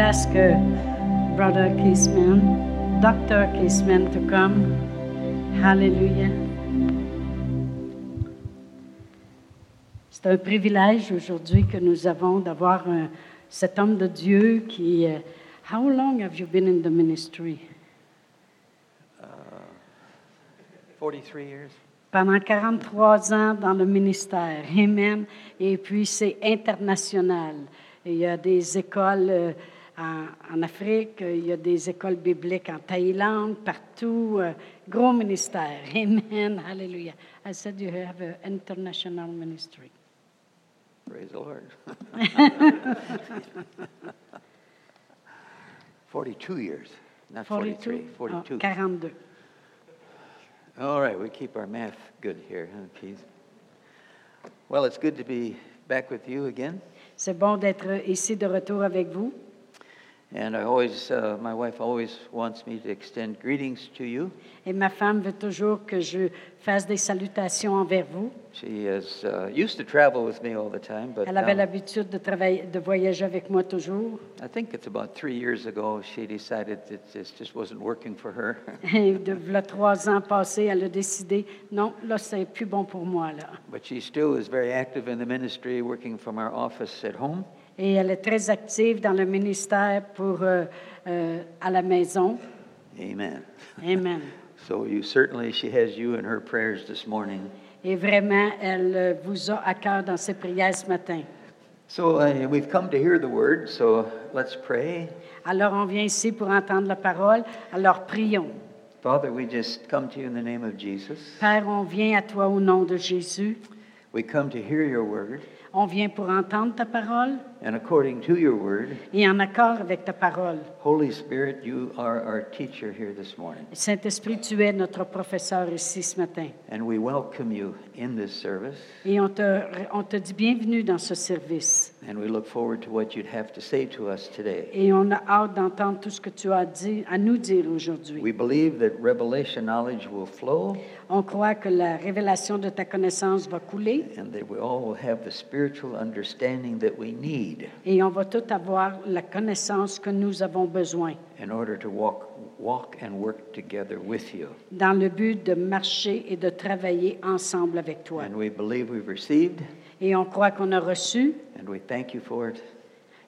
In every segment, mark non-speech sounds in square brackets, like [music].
ask uh, Brother Kisman, Dr. Kisman to come. Hallelujah. C'est un privilège aujourd'hui que nous avons d'avoir un- cet homme de Dieu qui... euh, how long have you been in the ministry? 43 years. Pendant 43 ans dans le ministère. Amen. Et puis, c'est international. Il y a des écoles euh, en, en Afrique, il y a des écoles bibliques en Thaïlande, partout. euh, gros ministère. Amen. Hallelujah. I said you have an international ministry. Praise the [laughs] Lord. 42 years, not 43, 42. Oh, 42. All right, we keep our math good here, huh, Keith? Well, it's good to be back with you again. C'est bon d'être ici de retour avec vous. And I always, uh, my wife always wants me to extend greetings to you. Et ma femme veut toujours que je fasse des salutations envers vous. She is, uh, used to travel with me all the time, but Elle avait now- l'habitude de, travailler, de voyager avec moi toujours. I think it's about three years ago she decided that this just wasn't working for her. [laughs] Et de là, trois ans passés, elle a décidé, non, là, c'est plus bon pour moi, là. but she still is very active in the ministry, working from our office at home. Et elle est très active dans le ministère pour euh, euh, à la maison. Amen. Amen. So you certainly, she has you in her prayers this morning. Et vraiment, elle euh, vous a à cœur dans ses prières ce matin. So uh, we've come to hear the word, so let's pray. Alors, on vient ici pour entendre la parole. Alors, prions. Father, we just come to you in the name of Jesus. Père, on vient à toi au nom de Jésus. We come to hear your word, On vient pour entendre ta parole and according to your word, et en accord avec ta parole. Holy Spirit, you are our teacher here this morning, Saint-Esprit, tu es notre professeur ici ce matin. and we welcome you in this service, Et on te, on te dit bienvenue dans ce service. and we look forward to what you'd have to say to us today. Et on a hâte d'entendre tout ce que tu as à, dire- à nous dire aujourd'hui. We believe that revelation knowledge will flow, On croit que la révélation de ta connaissance va couler and that we all will have the spiritual understanding that we need et on va tout avoir la connaissance que nous avons besoin in order to walk, walk and work together with you. dans le but de marcher et de travailler ensemble avec toi. And we believe we've received, Et on croit qu'on a reçu and we thank you for it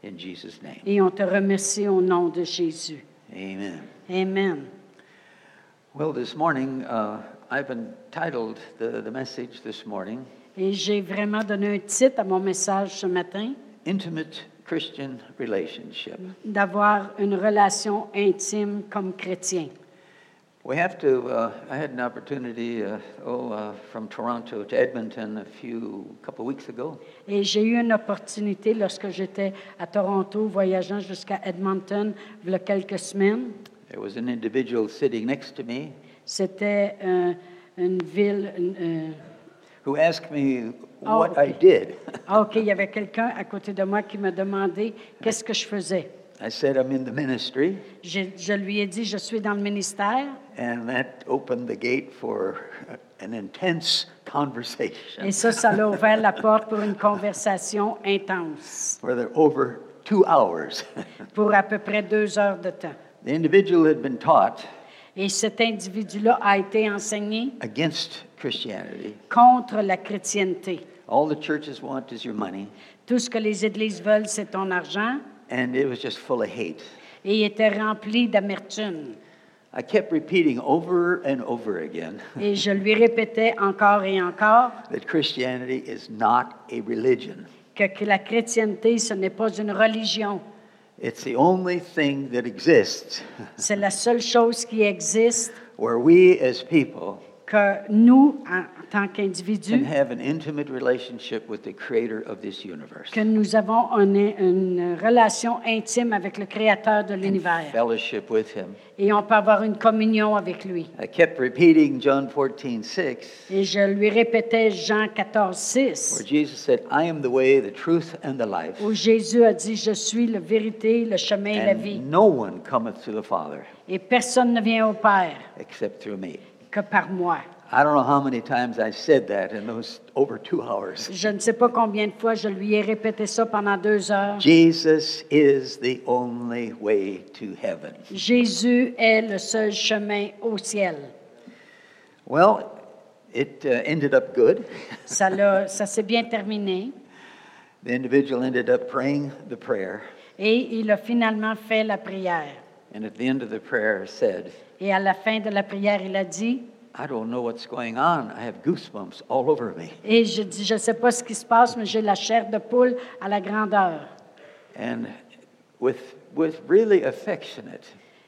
in Jesus' name. et on te remercie au nom de Jésus. Amen. Amen. Well, this morning, uh, I've entitled the, the message this morning Et j'ai vraiment donné un titre à mon message ce matin, Intimate Christian Relationship. d'avoir une relation intime comme chrétien. We have to, uh, I had an opportunity uh, oh, uh, from Toronto to Edmonton a few, couple of weeks ago. Et j'ai eu une opportunité lorsque j'étais à Toronto, voyageant jusqu'à Edmonton, il y a quelques semaines. There was an individual sitting next to me C'était euh, une ville. une, euh, who asked me Oh, what I okay. did. ah, OK, il y avait quelqu'un à côté de moi qui me demandait qu'est-ce que je faisais. I said, I'm in the ministry, J'ai- je lui ai dit, je suis dans le ministère. and that opened the gate for an intense Et conversation ça, ça l'a ouvert la porte pour une conversation intense, for the, over two hours. [laughs] pour à peu près deux heures de temps. The individual had been taught Et cet individu-là a été enseigné against Christianity. contre la chrétienté. All the churches want is your money. Tout ce que les églises veulent, c'est ton argent. And it was just full of hate. et il était rempli d'amertume. I kept repeating over and over again Et je lui répétais encore et encore that Christianity is not a religion. que, que la chrétienté, ce n'est pas une religion. It's the only thing that exists [laughs] C'est la seule chose qui existe where we as people que nous, en, en tant can qu'individus, have an intimate relationship with the creator of this universe. que nous avons un- une relation intime avec le Créateur de and l'univers. Fellowship with him. Et on peut avoir une communion avec lui. I kept repeating John 14, 6, Et je lui répétais Jean 14, where 6, Jesus said, I am the way, the truth, and the life. où Jésus a dit, je suis la vérité, le chemin et la vie. And no one cometh to the Father Et personne ne vient au Père except through me. que par moi. I don't know how many times I said that in those over two hours. Je ne sais pas combien de fois je lui ai répété ça pendant deux heures. Jesus is the only way to heaven. Jésus est le seul chemin au ciel. Well, it uh, ended up good. Ça, l'a- ça s'est bien terminé The individual ended up praying the prayer, et il a finalement fait la prière. and at the end of the prayer said, Et à la fin de la prière, il a dit, I don't know what's going on. I have goosebumps all over me. et je dis, je ne sais pas ce qui se passe, mais j'ai la chair de poule à la grandeur. And with, with really affectionate,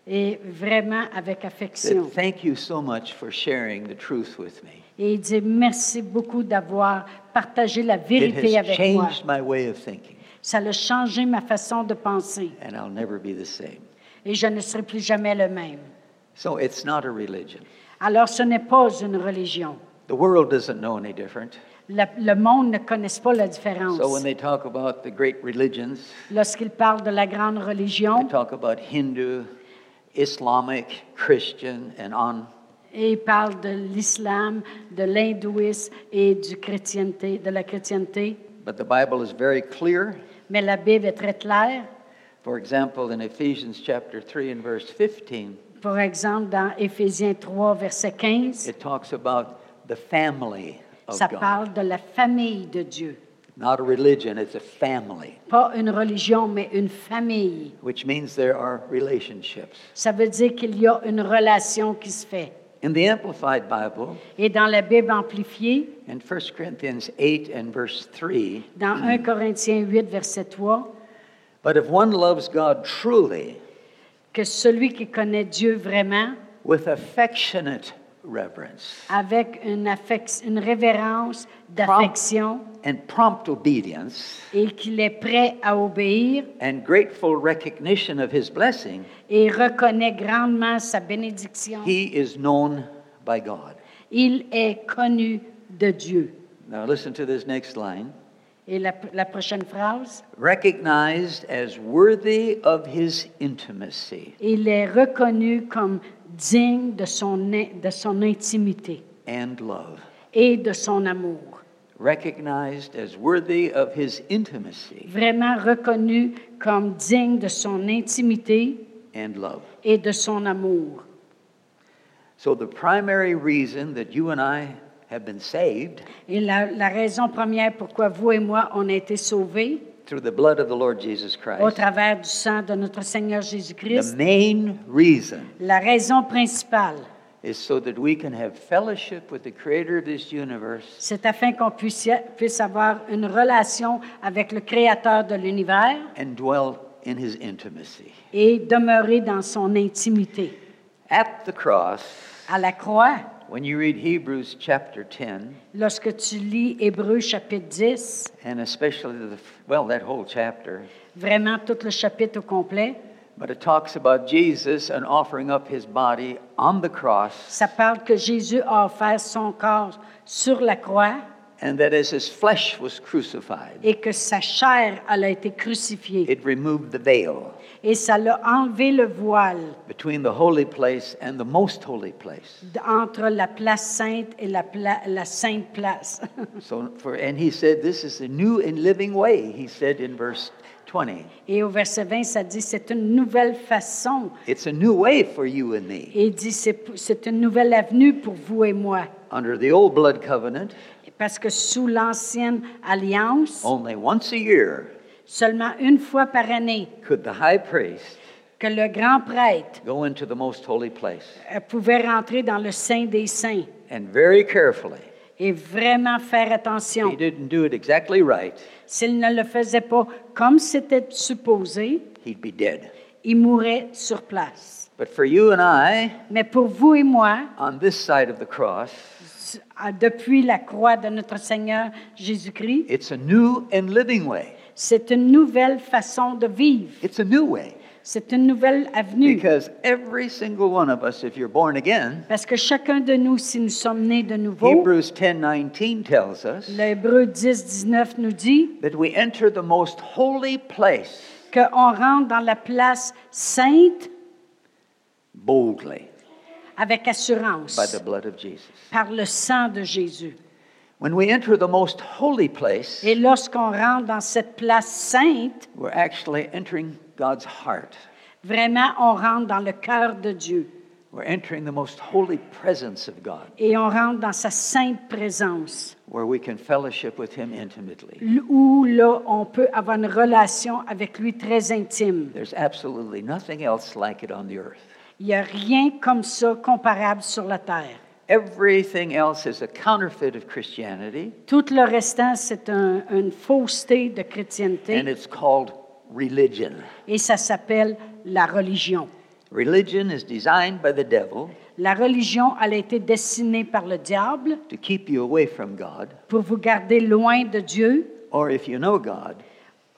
Et vraiment avec said, affection. Thank you so much for sharing the truth with me. Et il dit, merci beaucoup d'avoir partagé la It vérité has avec moi. changed my way of thinking, Ça a changé ma façon de penser and I'll never be the same. et je ne serai plus jamais le même. So it's not a religion. Alors, ce n'est pas une religion. The world doesn't know any different. Le, le monde ne connaît pas la So when différence. they talk about the great religions, Lorsqu'ils parlent de la grande they religion, talk about Hindu, Islamic, Christian, and on. et ils parlent de l'islam, de l'hindouisme et du chrétienté, de la chrétienté, But the Bible is very clear. mais la Bible est très claire. For example, in Ephesians chapter 3 and verse 15, Par exemple, dans Éphésiens 3, verset 15, it talks about the family of ça God. parle de la famille de Dieu. Not a religion, it's a family, Pas une religion, mais une famille. which means there are relationships. Ça veut dire qu'il y a une relation qui se fait. In the Amplified Bible, Et dans la Bible amplifiée, in 1 Corinthians 8 and verse 3, dans 1 Corinthiens 8, verset 3, but if one loves God truly, que celui qui connaît Dieu vraiment, with affectionate reverence avec une, affec- une révérence d'affection, and prompt obedience et qu'il est prêt à obéir and grateful recognition of his blessing, et reconnaît grandement sa bénédiction, he is known by God. il est connu de Dieu. Now listen to this next line. Et la, la prochaine phrase, Recognized as worthy of his intimacy il est reconnu comme digne de son, in- de son intimité and love. et de son amour. Recognized as worthy of his intimacy Vraiment reconnu comme digne de son intimité and love. et de son amour. So the primary reason that you and I have been saved Et la, la raison première pourquoi vous et moi, on a été sauvés through the blood of the Lord Jesus au Christ, travers du sang de notre Seigneur the Jésus-Christ, main reason la raison principale, is so that we can have fellowship with the creator of this universe c'est afin qu'on puisse, puisse avoir une relation avec le Créateur de l'univers and dwell in his intimacy. et demeurer dans son intimité. At the cross, À la croix, when you read Hebrews chapter 10, lorsque tu lis Hébreux chapitre 10, and especially the, well, that whole chapter, vraiment tout le chapitre au complet, but it talks about Jesus and offering up his body on the cross, ça parle que Jésus a offert son corps sur la croix and that as his flesh was crucified, et que sa chair elle a été crucifiée. it removed the veil Et ça l'a enlevé le voile between the holy place and the most holy place. d- entre la place sainte et la, pla- la sainte place. [laughs] So for, and he said, This is the new and living way, he said in verse 20. et au verset 20, ça dit, c'est une nouvelle façon. It's a new way for you and me. Et il dit, c'est p- c'est une nouvelle avenue pour vous et moi. Under the old blood covenant, Parce que sous l'ancienne alliance, only once a year seulement une fois par année, could the high priest que le grand prêtre go into the most holy place euh, pouvait rentrer dans le sein des saints and very carefully. et vraiment faire He attention. didn't do it exactly right, S'il ne le faisait pas comme c'était supposé, he'd be dead. il mourrait sur place. But for you and I, Mais pour vous et moi, on this side of the cross, s- à- Ah, depuis la croix de notre Seigneur Jésus-Christ, it's a new and living way. c'est une nouvelle façon de vivre. It's a new way. C'est une nouvelle avenue. Because every single one of us, if you're born again, Parce que chacun de nous, si nous sommes nés de nouveau, Hebrews 10:19 tells us l'Hébreu 10, 19 nous dit that we enter the most holy place qu'on rentre dans la place sainte boldly. avec assurance by the blood of Jesus. par le sang de Jésus. When we enter the most holy place, Et lorsqu'on rentre dans cette place sainte, we're actually entering God's heart. vraiment, on rentre dans le cœur de Dieu We're entering the most holy presence of God, et on rentre dans sa sainte présence, where we can fellowship with Him intimately. l- où là, on peut avoir une relation avec lui très intime. There's absolutely nothing else like it on the earth. Il n'y a rien comme ça comparable sur la terre. Everything else is a counterfeit of Christianity, Tout le restant, c'est un- une fausseté de chrétienté and it's called religion. et ça s'appelle la religion. Religion is designed by the devil La religion, elle a été dessinée par le diable to keep you away from God, pour vous garder loin de Dieu or if you know God,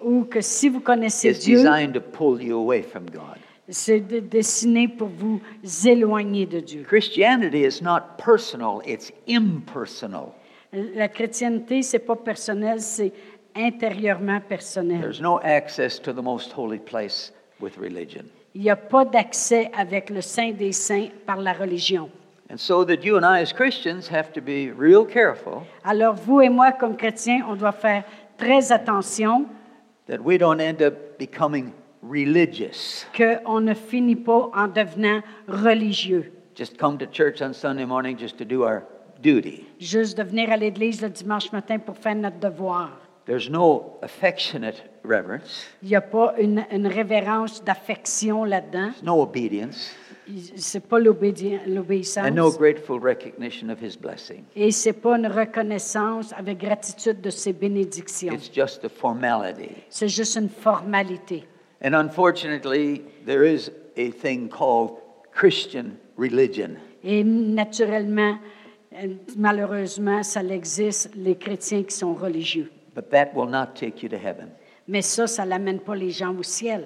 ou que si vous connaissez it's Dieu, designed to pull you away from God. c'est de- dessiné pour vous éloigner de Dieu. Christianity is not personal, it's impersonal. La chrétienté, c'est pas personnel, c'est intérieurement personnel. There's no access to the most holy place with religion. Il n'y a pas d'accès avec le Saint des Saints par la religion. And so that you and I as Christians have to be real careful Alors vous et moi, comme chrétiens, on doit faire très attention that we don't end up becoming religious. qu'on ne finit pas en devenant religieux. Just come to church on Sunday morning just to do our duty. Juste de venir à l'église le dimanche matin pour faire notre devoir. There's no affectionate reverence, Il n'y a pas une, une révérence d'affection là-dedans. there's no obedience, Il- C'est pas l'obédi- l'obéissance. and no grateful recognition of His blessing. Et c'est pas une reconnaissance avec gratitude de ses bénédictions. It's just a formality. C'est juste une formalité. And unfortunately, there is a thing called Christian religion. Et naturellement, euh, malheureusement, ça existe, les chrétiens qui sont religieux. But that will not take you to heaven. Mais ça, ça n'amène pas les gens au ciel.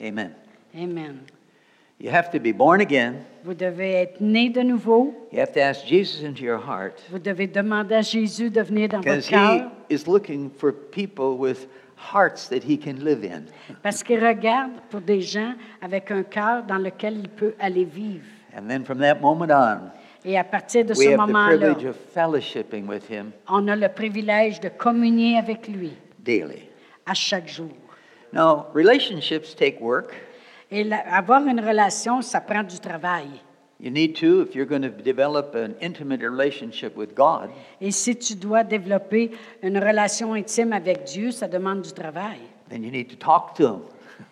Amen. Amen. You have to be born again. Vous devez être né de nouveau. You have to ask Jesus into your heart Vous devez demander à Jésus de venir dans votre because He cœur is looking for people with hearts that He can live in. parce qu'il regarde pour des gens avec un cœur dans lequel il peut aller vivre. And then from that moment on, Et à partir de we ce have the moment-là, privilege of fellowshipping with Him on a le privilège de communier avec lui daily. à chaque jour. Now, relationships take work. Et la- avoir une relation, ça prend du travail. You need to if you're going to develop an intimate relationship with God. Et si tu dois développer une relation intime avec Dieu, ça demande du travail. Then you need to talk to Him.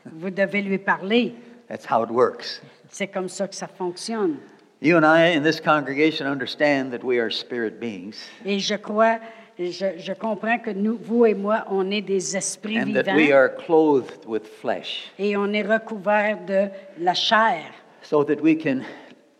Vous devez lui parler. That's how it works. C'est comme ça que ça fonctionne. You and I in this congregation understand that we are spirit beings Et je crois, je, je comprends que nous, vous et moi, on est des esprits and that we vivants are clothed with flesh et on est recouverts de la chair so that we can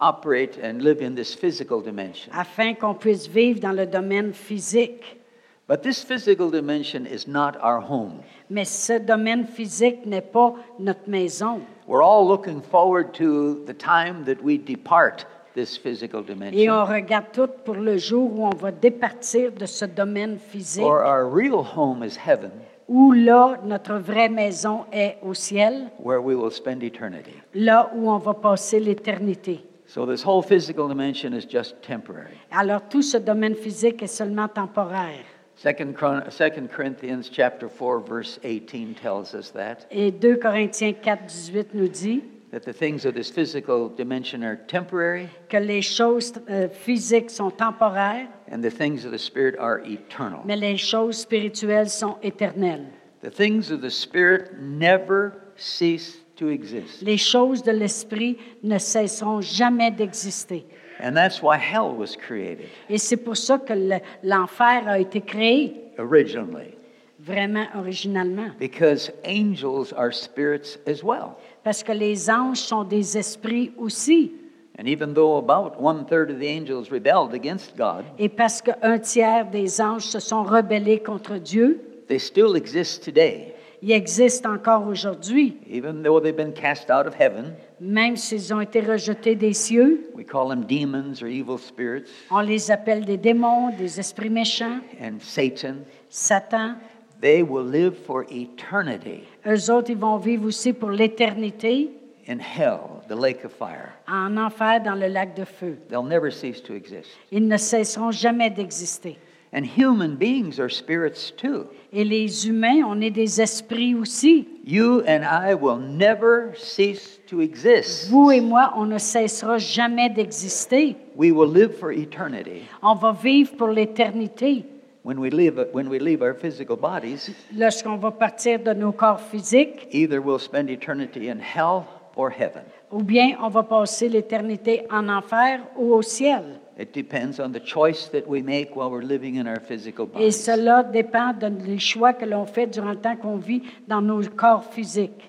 operate and live in this physical dimension. afin qu'on puisse vivre dans le domaine physique. But this physical dimension is not our home. Mais ce domaine physique n'est pas notre maison. We're all looking forward to the time that we depart this physical Et dimension. on regarde tout pour le jour où on va départir de ce domaine physique, For our real home is heaven, où là, notre vraie maison est au ciel, where we will spend eternity. là où on va passer l'éternité. So this whole physical dimension is just temporary. Alors tout ce domaine physique est seulement temporaire. Second, Chron- Second Corinthians chapter 4 verse 18 tells us that Et 2 Corinthiens 4, 18 nous dit that the things of this physical dimension are temporary que les choses euh, physiques sont temporaires, and the things of the spirit are eternal. mais les choses spirituelles sont éternelles. The things of the spirit never cease to exist. Les choses de l'esprit ne cesseront jamais d'exister. And that's why hell was created Et c'est pour ça que le- l'enfer a été créé. originally vraiment originalement, because angels are spirits as well. parce que les anges sont des esprits aussi, And even though about one third of the angels rebelled against God, et parce qu'un tiers des anges se sont rebellés contre Dieu, they still exist today, ils existent encore aujourd'hui, even though they've been cast out of heaven. même s'ils ont été rejetés des cieux. We call them demons or evil spirits On les appelle des démons, des esprits méchants, and Satan. Satan. They will live for eternity Eux autres, ils vont vivre aussi pour l'éternité in hell, the lake of fire. en enfer dans le lac de feu. They'll never cease to exist. Ils ne cesseront jamais d'exister. And human beings are spirits too. Et les humains, on est des esprits aussi. You and I will never cease to exist. Vous et moi, on ne cessera jamais d'exister. We will live for eternity. On va vivre pour l'éternité. When we leave, when we leave our physical bodies, Lorsqu'on va partir de nos corps physiques, either we'll spend eternity in hell or heaven. ou bien on va passer l'éternité en enfer ou au ciel. It depends on the choice that we make while we're living in our physical Et bodies. cela dépend de- des choix que l'on fait durant le temps qu'on vit dans nos corps physiques.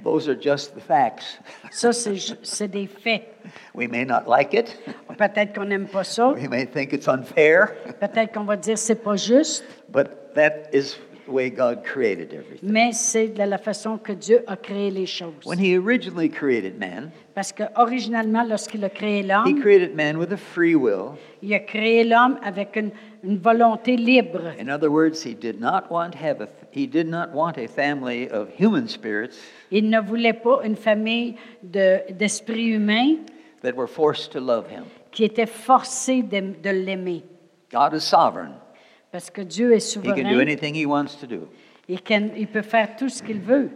Those are just the facts. [laughs] Ça, c'est ju- c'est des faits. We may not like it. Peut-être qu'on n'aime pas ça. We may think it's unfair, Peut-être qu'on va dire c'est pas juste, but that is the way God created everything. mais c'est de la façon que Dieu a créé les choses. When he originally created man, Parce que originalement, lorsqu'il a créé he l'homme, created man with a free will. il a créé l'homme avec une, une volonté libre. In other words, he did not want have a, he did not want a family of human spirits Il ne voulait pas une famille de- d'esprits humains that were forced to love him. qui était forcée d'aim- de, l'aimer. God is sovereign. Parce que Dieu est He can do souverain. anything he wants to do. Il, can- il peut faire tout ce qu'il veut.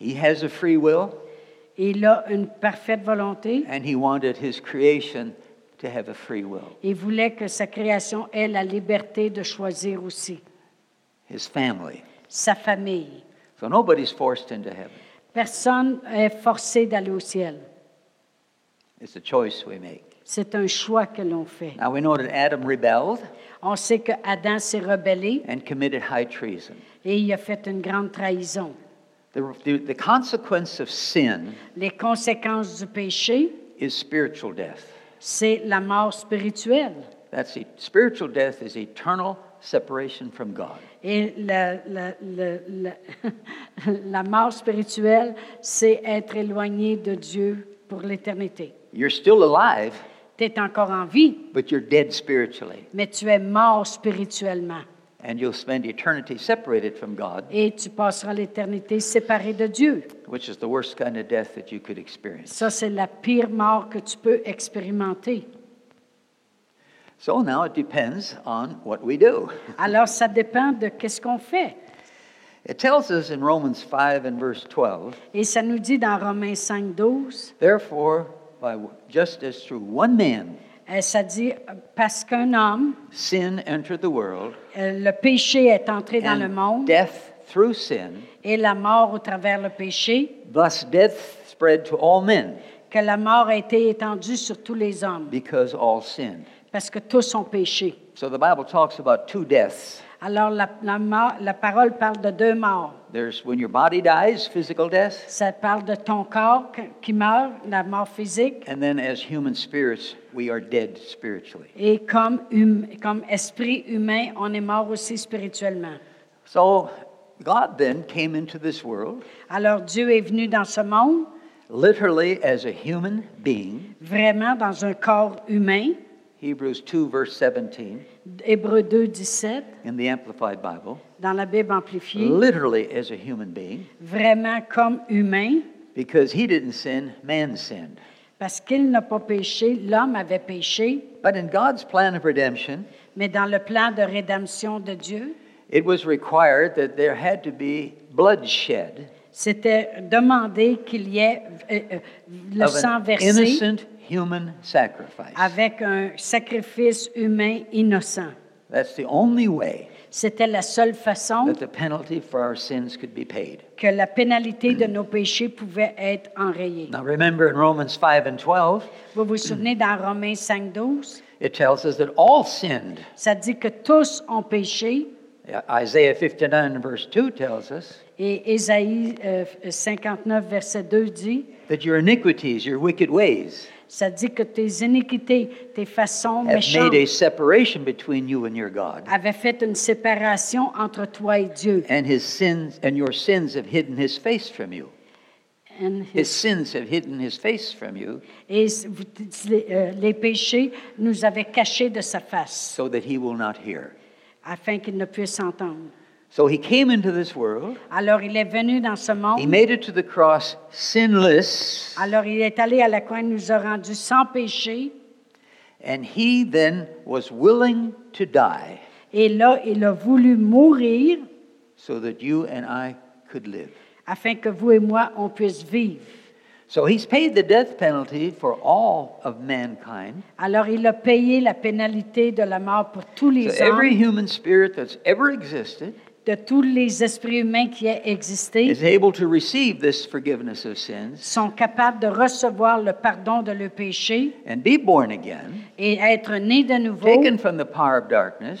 He has a free will, Il a une parfaite volonté. and he wanted his creation to have a free will. Il voulait que sa création ait la liberté de choisir aussi his family. sa famille. So nobody's forced into heaven. Personne est forcé d'aller au ciel. It's a choice we make. C'est un choix que l'on fait. Now we know that Adam rebelled On sait que Adam s'est rebellé and committed high treason. et il a fait une grande trahison. The, the, the consequence of sin Les conséquences du péché, is spiritual death. c'est la mort spirituelle. That's e- spiritual death is eternal separation from God. Et la, la- la- la- [laughs] la mort spirituelle, c'est être éloigné de Dieu pour l'éternité. You're still alive, Tu es encore en vie, but you're dead spiritually, mais tu es mort spirituellement. and you'll spend eternity separated from God, Et tu passeras l'éternité séparé de Dieu. which is the worst kind of death that you could experience. Ça, c'est la pire mort que tu peux expérimenter. So now it depends on what we do. Alors, ça dépend de qu'est-ce qu'on fait. It tells us in Romans 5 and verse 12 Et ça nous dit dans Romains 5, 12, Therefore, by just as through one man euh, ça dit, parce qu'un homme, sin entered the world, euh, le péché est entré dans le and monde death through sin, et la mort au travers le péché, thus death spread to all men que la mort a été étendue sur tous les hommes, because all sinned. parce que tous ont péché. So the Bible talks about two deaths. Alors, la, la mort- la parole parle de deux morts. There's when your body dies, physical death, Ça parle de ton corps que- qui meurt, la mort physique, and then as human spirits, we are dead spiritually. Et comme, hum- comme esprit humain, on est mort aussi spirituellement. So God then came into this world Alors Dieu est venu dans ce monde, literally as a human being. vraiment dans un corps humain. Hebrews 2, verse 17 Hébreux 2, 17, in the Amplified Bible. dans la Bible amplifiée, literally as a human being vraiment comme humain, because he didn't sin, man sinned. parce qu'il n'a pas péché, l'homme avait péché, But in God's plan of redemption, mais dans le plan de rédemption de Dieu, it was required that there had to be bloodshed c'était demandé qu'il y ait euh, euh, le of sang an versé Ah ben, innocent human sacrifice. avec un sacrifice humain innocent. That's the only way C'était la seule façon that the penalty for our sins could be paid. que la pénalité de nos péchés pouvait être enrayée. Now remember in Romans 5 and 12, Vous vous souvenez dans Romains 5, 12, it tells us that all sinned. ça dit que tous ont péché Isaiah 59 and verse 2 tells us et Ésaïe euh, 59, verset 2 dit, that your iniquities, your wicked ways, ça dit que tes iniquités, tes façons have méchantes made a separation between you and your God. avaient fait une séparation entre toi et Dieu. and his sins and your sins have hidden his face from you And his sins have hidden his face from you Et c- vous dites, les, euh, les péchés nous avaient cachés de sa face so that he will not hear afin qu'il ne puisse entendre. So he came into this world. Alors il est venu dans ce He monde. made it to the cross sinless. Alors il est allé à la croix, il nous a rendus sans péché. And he then was willing to die Et là, il a voulu mourir so that you and I could live. afin que vous et moi, on puisse vivre. So he's paid the death penalty for all of mankind. Alors il a payé la pénalité de la mort pour tous So les every hommes, human spirit that's ever existed de tous les esprits humains qui aient existé, is able to receive this forgiveness of sins sont capables de recevoir le pardon de leur péché and be born again, et être nés de nouveau taken from the power of darkness,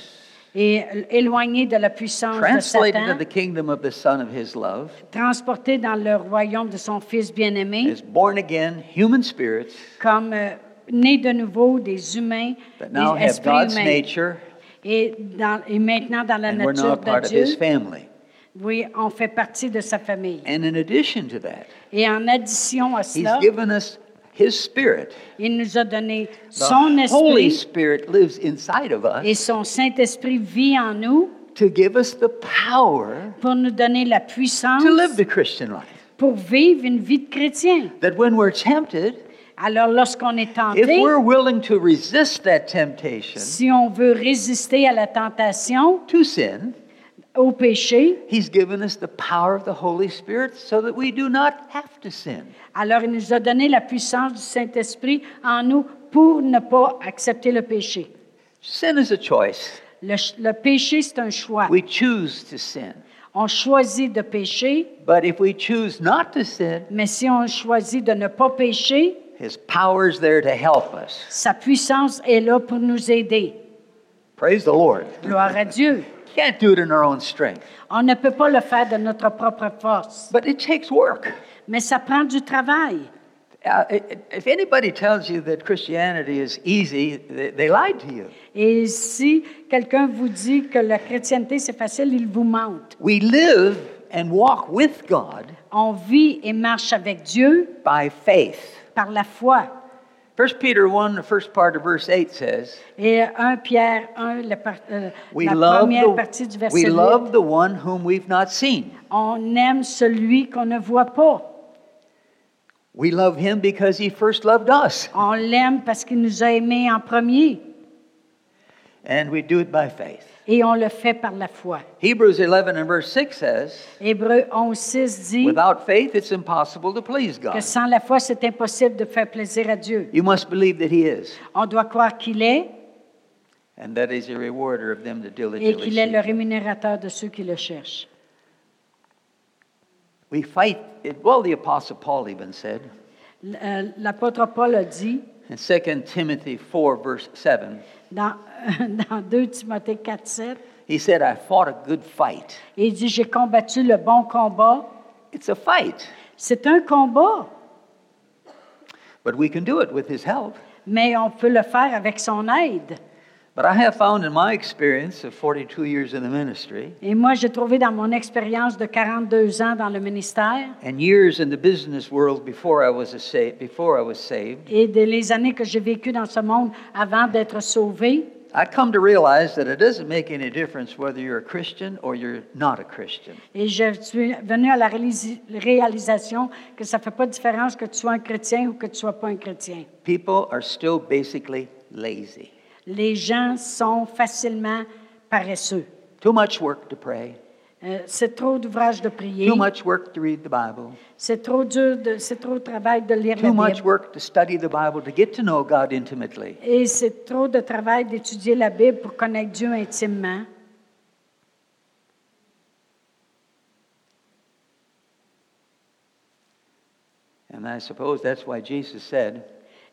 et éloignés de la puissance de translated to Satan, the kingdom of the Son of His love, transportés dans le royaume de son Fils bien-aimé, as born again human spirits comme euh, nés de nouveau des humains, that now des have esprits God's humains, nature et, dans- et maintenant dans la and we're now a nature part de of His Dieu, family. oui, on fait partie de sa famille. And in addition to that, Et en addition à He's cela, given us His Spirit. il nous a donné The son Holy esprit Spirit lives inside of us et son Saint-Esprit vit en nous to give us the power pour nous donner la puissance to live the Christian life. pour vivre une vie de chrétien. That when we're tempted, Alors lorsqu'on est if tenté, we're willing to resist that temptation si on veut résister à la tentation, to sin, au péché, He's given us the power of the Holy Spirit so that we do not have to sin. alors il nous a donné la puissance du Saint-Esprit en nous pour ne pas accepter le péché. Sin is a choice. Le, ch- le péché, c'est un choix. We choose to sin. On choisit de pécher, But if we choose not to sin, mais si on choisit de ne pas pécher, His power is there to help us. Sa puissance est là pour nous aider. Praise the Lord. Gloire à Dieu. Can't do it in our own strength. On ne peut pas le faire de notre propre force, But it takes work. mais ça prend du travail. Uh, i- i- if anybody tells you that Christianity is easy, they, they lied to you. Et si quelqu'un vous dit que la chrétienté, c'est facile, il vous mente. We live and walk with God On vit et marche avec Dieu by faith. par la foi. 1 Peter 1, the first part of verse 8 says, Et 1 Pierre 1, la, par- euh, We, la love première the, partie du we verset love 8, the one whom we've not seen. on aime celui qu'on ne voit pas. We love him because he first loved us. On l'aime parce qu'il nous a aimés en premier And we do it by faith. et on le fait par la foi. Hebrews 11 and verse 6 says, Hébreu 11, 6 dit Without faith, it's impossible to please que God. sans la foi, c'est impossible de faire plaisir à Dieu. You must believe that he is, On doit croire qu'il est and that he's a rewarder of them that et diligently qu'il est seek le him. rémunérateur de ceux qui le cherchent. We fight, it, well, the Apostle Paul even said L- euh, L'apôtre Paul a dit in 2 Timothy 4, verse 7, dans, [laughs] dans 2 Timothée 4, 7, he said, I fought a good fight. il dit, j'ai combattu le bon combat. It's a fight, C'est un combat, but we can do it with his help. mais on peut le faire avec son aide. But I have found in my experience of 42 years in the ministry Et moi, j'ai trouvé dans mon expérience de 42 ans dans le ministère and years in the business world before I was, a sa- before I was saved, et des les années que j'ai vécues dans ce monde avant d'être sauvée, I come to realize that it doesn't make any difference whether you're a Christian or you're not a Christian. Et je suis venue à la réalis- réalisation que ça ne fait pas de différence que tu sois un chrétien ou que tu ne sois pas un chrétien. People are still basically lazy. Les gens sont facilement paresseux. Too much work to pray, Euh, c'est trop d'ouvrage de prier. too much work to read the Bible, C'est trop dur, de- c'est trop de travail de lire too la much Bible. work to study the Bible to get to know God intimately. Et c'est trop de travail d'étudier la Bible pour connaître Dieu intimement. And I suppose that's why Jesus said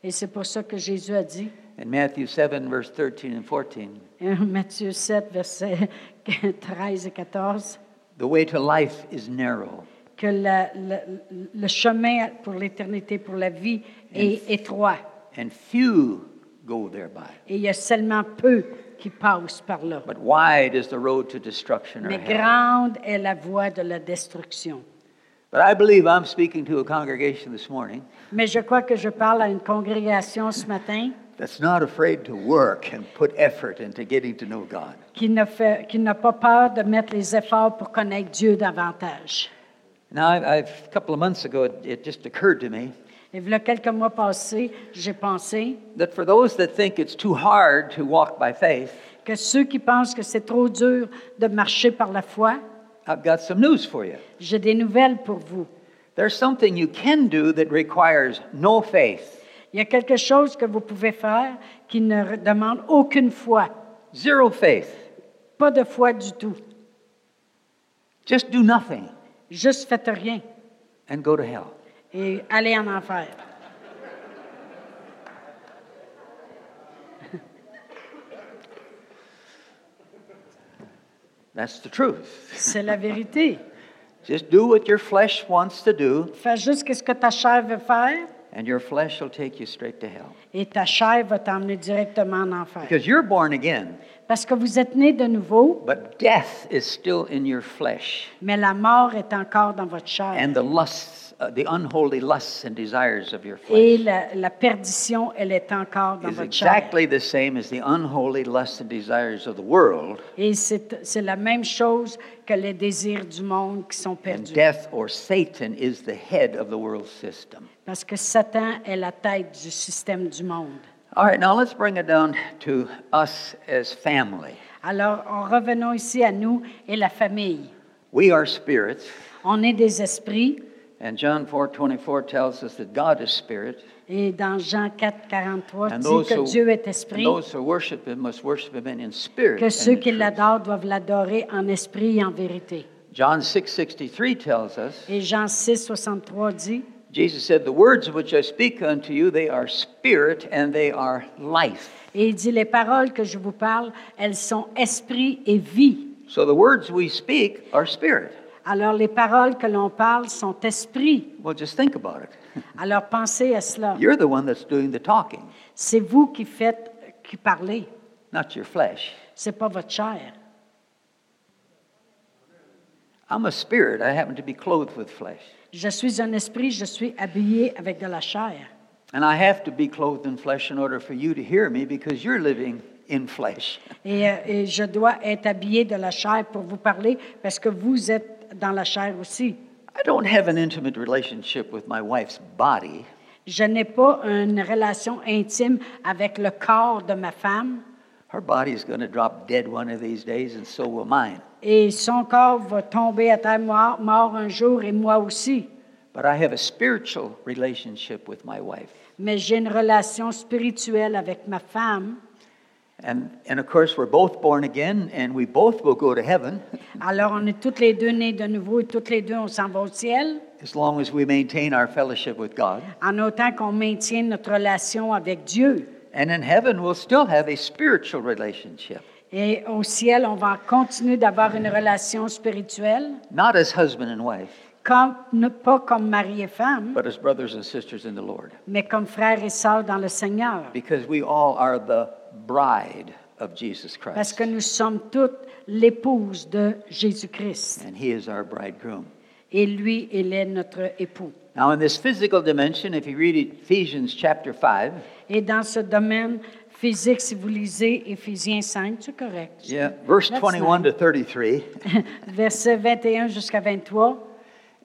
Et c'est pour ça que Jésus a dit, in Matthew 7, verse 13 and 14, euh, [laughs] Matthieu 7, [laughs] versets 13 et 14, the way to life is narrow. que la- la- le chemin pour l'éternité, pour la vie, est étroit. and few go thereby. Et il y a seulement peu qui passent par là. But wide is the road to destruction or Mais hell. grande est la voie de la destruction. But I believe I'm speaking to a congregation this morning Mais je crois que je parle à une congrégation ce matin that's not afraid to work and put effort into getting to know God. qui ne fait- qui n'a pas peur de mettre les efforts pour connaître Dieu davantage. Now, I've, I've, a couple of months ago, it, it just occurred to me Et voilà quelques mois passés, j'ai pensé that for those that think it's too hard to walk by faith, que ceux qui pensent que c'est trop dur de marcher par la foi, I've got some news for you. j'ai des nouvelles pour vous. There's something you can do that requires no faith, Il y a quelque chose que vous pouvez faire qui ne re- demande aucune foi, zero faith. pas de foi du tout. Just do nothing Juste faites rien and go to hell. et allez en enfer. That's the truth. C'est la vérité. Just do what your flesh wants to do, Fais juste ce que ta chair veut faire and your flesh will take you straight to hell. et ta chair va t'emmener directement en enfer. Because you're born again, Parce que vous êtes né de nouveau, but death is still in your flesh, mais la mort est encore dans votre chair. and the lusts, uh, the unholy lusts and desires of your Et flesh la, la perdition, elle est encore dans is votre chair. exactly the same as the unholy lusts and desires of the world, Et c'est c'est la même chose que les désirs du monde qui sont and perdus. death or Satan is the head of the world system. Parce que Satan est la tête du système du monde. All right, now let's bring it down to us as family. Alors, en revenons ici à nous et la famille. We are spirits. On est des esprits, And John 4:24 tells us that God is spirit, et dans Jean 4, 43, and dit those que who, Dieu est and esprit, those who worship Him must worship Him in, in spirit. que and ceux in qui truth. l'adorent doivent l'adorer en esprit et en vérité. John 6:63 tells us Et Jean 6, 63 dit, Jesus said, "The words which I speak unto you, they are spirit and they are life." et il dit, les paroles que je vous parle, elles sont esprit et vie. So the words we speak are spirit. Alors, les paroles que l'on parle sont esprit. Well, just think about it. [laughs] Alors pensez à cela. You're the one that's doing the talking, C'est vous qui faites, qui parlez. not your flesh. C'est pas votre chair. I'm a spirit. I happen to be clothed with flesh, Je suis un esprit, je suis habillé avec de la chair. and I have to be clothed in flesh in order for you to hear me because you're living in flesh. [laughs] Et, euh, et je dois être habillé de la chair pour vous parler parce que vous êtes dans la chair aussi. I don't have an intimate relationship with my wife's body, Je n'ai pas une relation intime avec le corps de ma femme her body's going to drop dead one of these days, and so will mine. et son corps va tomber à terre mort, mort un jour et moi aussi. But I have a spiritual relationship with my wife. Mais j'ai une relation spirituelle avec ma femme. And, and of course, we're both born again, and we both will go to heaven [laughs] Alors on est toutes les deux nées de nouveau et toutes les deux on s'en va au ciel. as long as we maintain our fellowship with God. en autant qu'on maintienne notre relation avec Dieu. And in heaven, we'll still have a spiritual relationship, Et au ciel, on va continuer d'avoir une relation spirituelle, not as husband and wife, comme, ne- pas comme mari et femme, but as brothers and sisters in the Lord, mais comme frères et sœurs dans le Seigneur. because we all are the bride of Jesus Parce Christ, que nous sommes toutes l'épouse de Jésus-Christ. and He is our bridegroom. Et lui, il est notre époux. Now, in this physical dimension, if you read Ephesians chapter 5, Et dans ce domaine physique, si vous lisez Ephésiens 5, c'est correct. yeah, verse That's 21 to 33, nice. Versets 21 jusqu'à 23.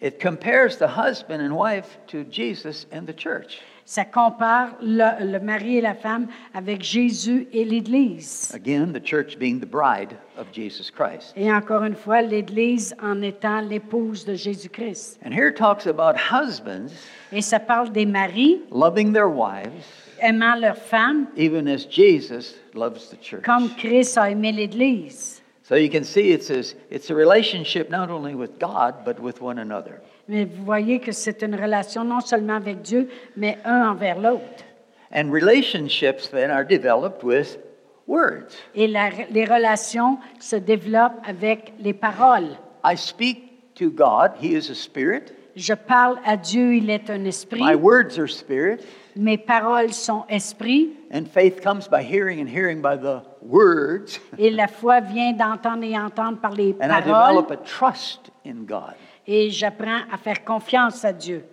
it compares the husband and wife to Jesus and the church. Ça compare le, le mari et la femme avec Jésus et l'Église. Again, the church being the bride of Jesus Christ. Et encore une fois, l'Église en étant l'épouse de Jésus-Christ. And here it talks about husbands Et ça parle des maris loving their wives, aimant leurs femmes even as Jesus loves the church. comme Christ a aimé l'Église. So you can see it's a, it's a relationship not only with God, but with one another. Mais vous voyez que c'est une relation non seulement avec Dieu, mais un envers l'autre. And relationships then are developed with words. Et la- les relations se développent avec les paroles. I speak to God, He is a spirit. Je parle à Dieu, il est un esprit. My words are spirit, Mes paroles sont esprit. and faith comes by hearing, and hearing by the words. Et la foi vient d'entendre et entendre par les And I paroles. develop a trust in God. Et j'apprends à faire confiance à Dieu.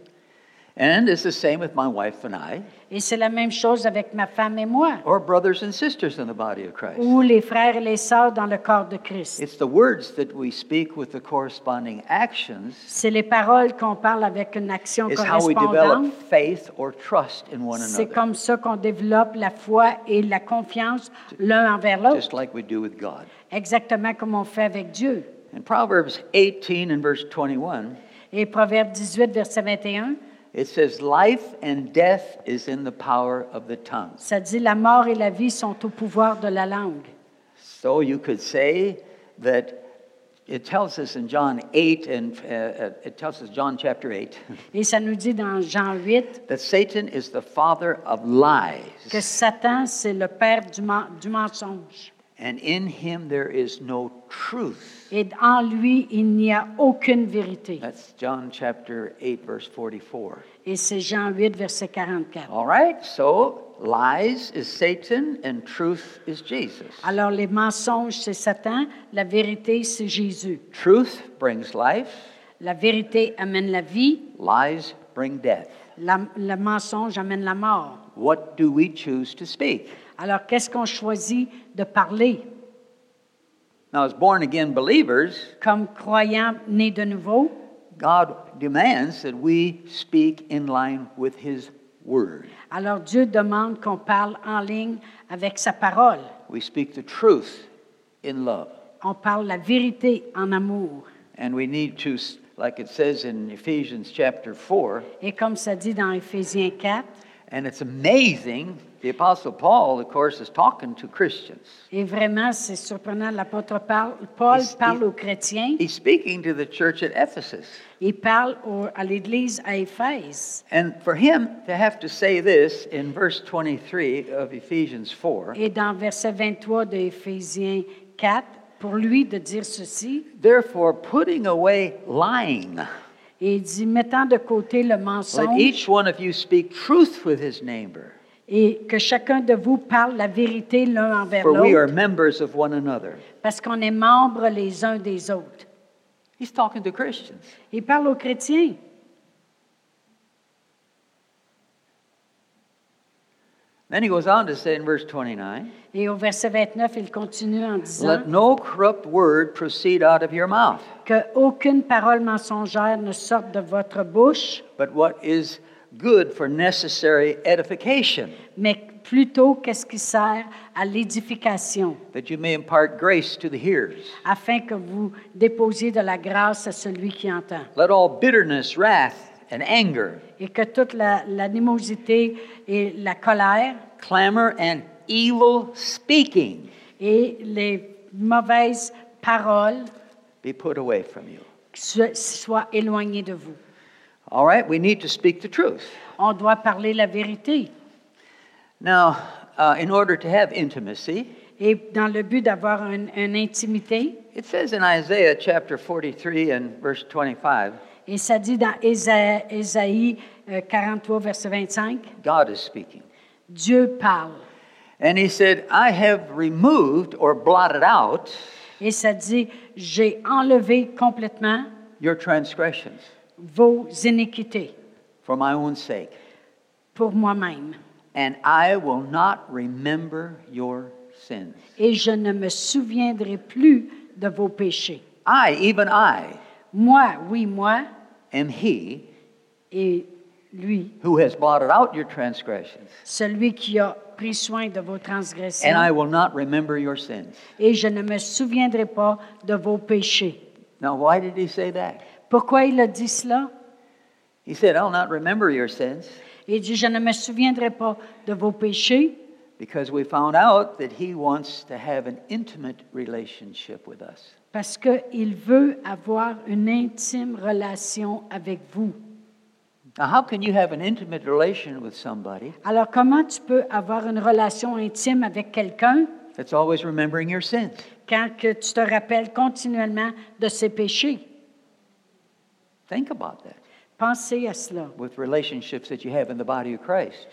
And it's the same with my wife and I, Et c'est la même chose avec ma femme et moi, or brothers and sisters in the body of Christ. ou les frères et les sœurs dans le corps de Christ. It's the words that we speak with the corresponding actions C'est les paroles qu'on parle avec une action is how we develop correspondante. faith or trust in one C'est another, comme ça qu'on développe la foi et la confiance l'un envers l'autre, just like we do with God. exactement comme on fait avec Dieu. In Proverbs 18 and verse 21, Et Proverbe 18, verset 21, it says, Life and death is in the power of the tongue. ça dit La mort et la vie sont au pouvoir de la langue. So you could say that it tells us in John 8, and uh, uh, it tells us, John chapter 8, Et ça nous dit dans Jean 8 [laughs] that Satan is the father of que lies, Satan, c'est le père du, men- du mensonge. and in him there is no truth. Et en lui, il n'y a aucune vérité. That's John chapter 8, verse 44. Et c'est Jean 8, verset 44. All right, so lies is Satan, and truth is Jesus. Alors, les mensonges, c'est Satan. La vérité, c'est Jésus. Truth brings life, La vérité amène la vie. lies bring death. La- le mensonge amène la mort. What do we choose to speak? Alors, qu'est-ce qu'on choisit de parler? Now, as born again believers, Comme croyants nés de nouveau, God demands that we speak in line with His Word. alors Dieu demande qu'on parle en ligne avec sa parole. We speak the truth in love. On parle la vérité en amour. And we need to, s- like it says in Ephesians chapter 4, Et comme ça dit dans Éphésiens 4, and it's amazing, the Apostle Paul, of course, is talking to Christians. et vraiment, c'est surprenant, l'apôtre Paul, Paul Il- parle il- aux chrétiens, He's speaking to the church at Ephesus. il parle au- à l'Église à Éphèse. And for him to have to say this in verse 23 of Ephesians 4 Et dans verset 23 de Éphésiens 4, pour lui de dire ceci, Therefore, putting away lying, et il dit, mettant de côté le let mensonge, each one of you speak truth with his neighbor. et que chacun de vous parle la vérité l'un envers For we are l'autre, members of one another. parce qu'on est membres les uns des autres. He's talking to Christians. Il parle aux chrétiens. Then he goes on to say in verse 29 Et au verset 29, il continue en disant Let no corrupt word proceed out of your mouth, que aucune parole mensongère ne sorte de votre bouche, but what is good for necessary edification, mais plutôt qu'est-ce qui sert à l'édification, that you may impart grace to the hearers. afin que vous déposiez de la grâce à celui qui entend, Let all bitterness, wrath, and anger, et que toute la- l'animosité et la colère clamor, and evil speaking et les mauvaises paroles be put away from you. so- soient éloignées de vous. All right, we need to speak the truth. On doit parler la vérité. Now, uh, in order to have intimacy, Et dans le but d'avoir un- une intimité, It says in Isaiah chapter 43 and verse 25, Et ça dit dans Ésa- Ésaïe euh, 43, verset 25, God is speaking. Dieu parle. And he said, I have removed or blotted out Et ça dit, j'ai enlevé complètement your transgressions vos iniquités for my own sake, pour moi-même. and I will not remember your sins. Et je ne me souviendrai plus de vos péchés. I, even I, Moi, oui, moi, am he et lui, who has blotted out your transgressions, celui qui a pris soin de vos transgressions. and I will not remember your sins. Et je ne me souviendrai pas de vos péchés. Now, why did he say that? Pourquoi il a dit cela? He said, I'll not remember your sins Il dit, je ne me souviendrai pas de vos péchés. Because we found out that he wants to have an intimate relationship with us. Parce qu'il veut avoir une intime relation avec vous. Now, how can you have an intimate relation with somebody Alors, comment tu peux avoir une relation intime avec quelqu'un that's always remembering your sins? quand que tu te rappelles continuellement de ses péchés? Think about that Pensez à cela with relationships that you have in the body of Christ,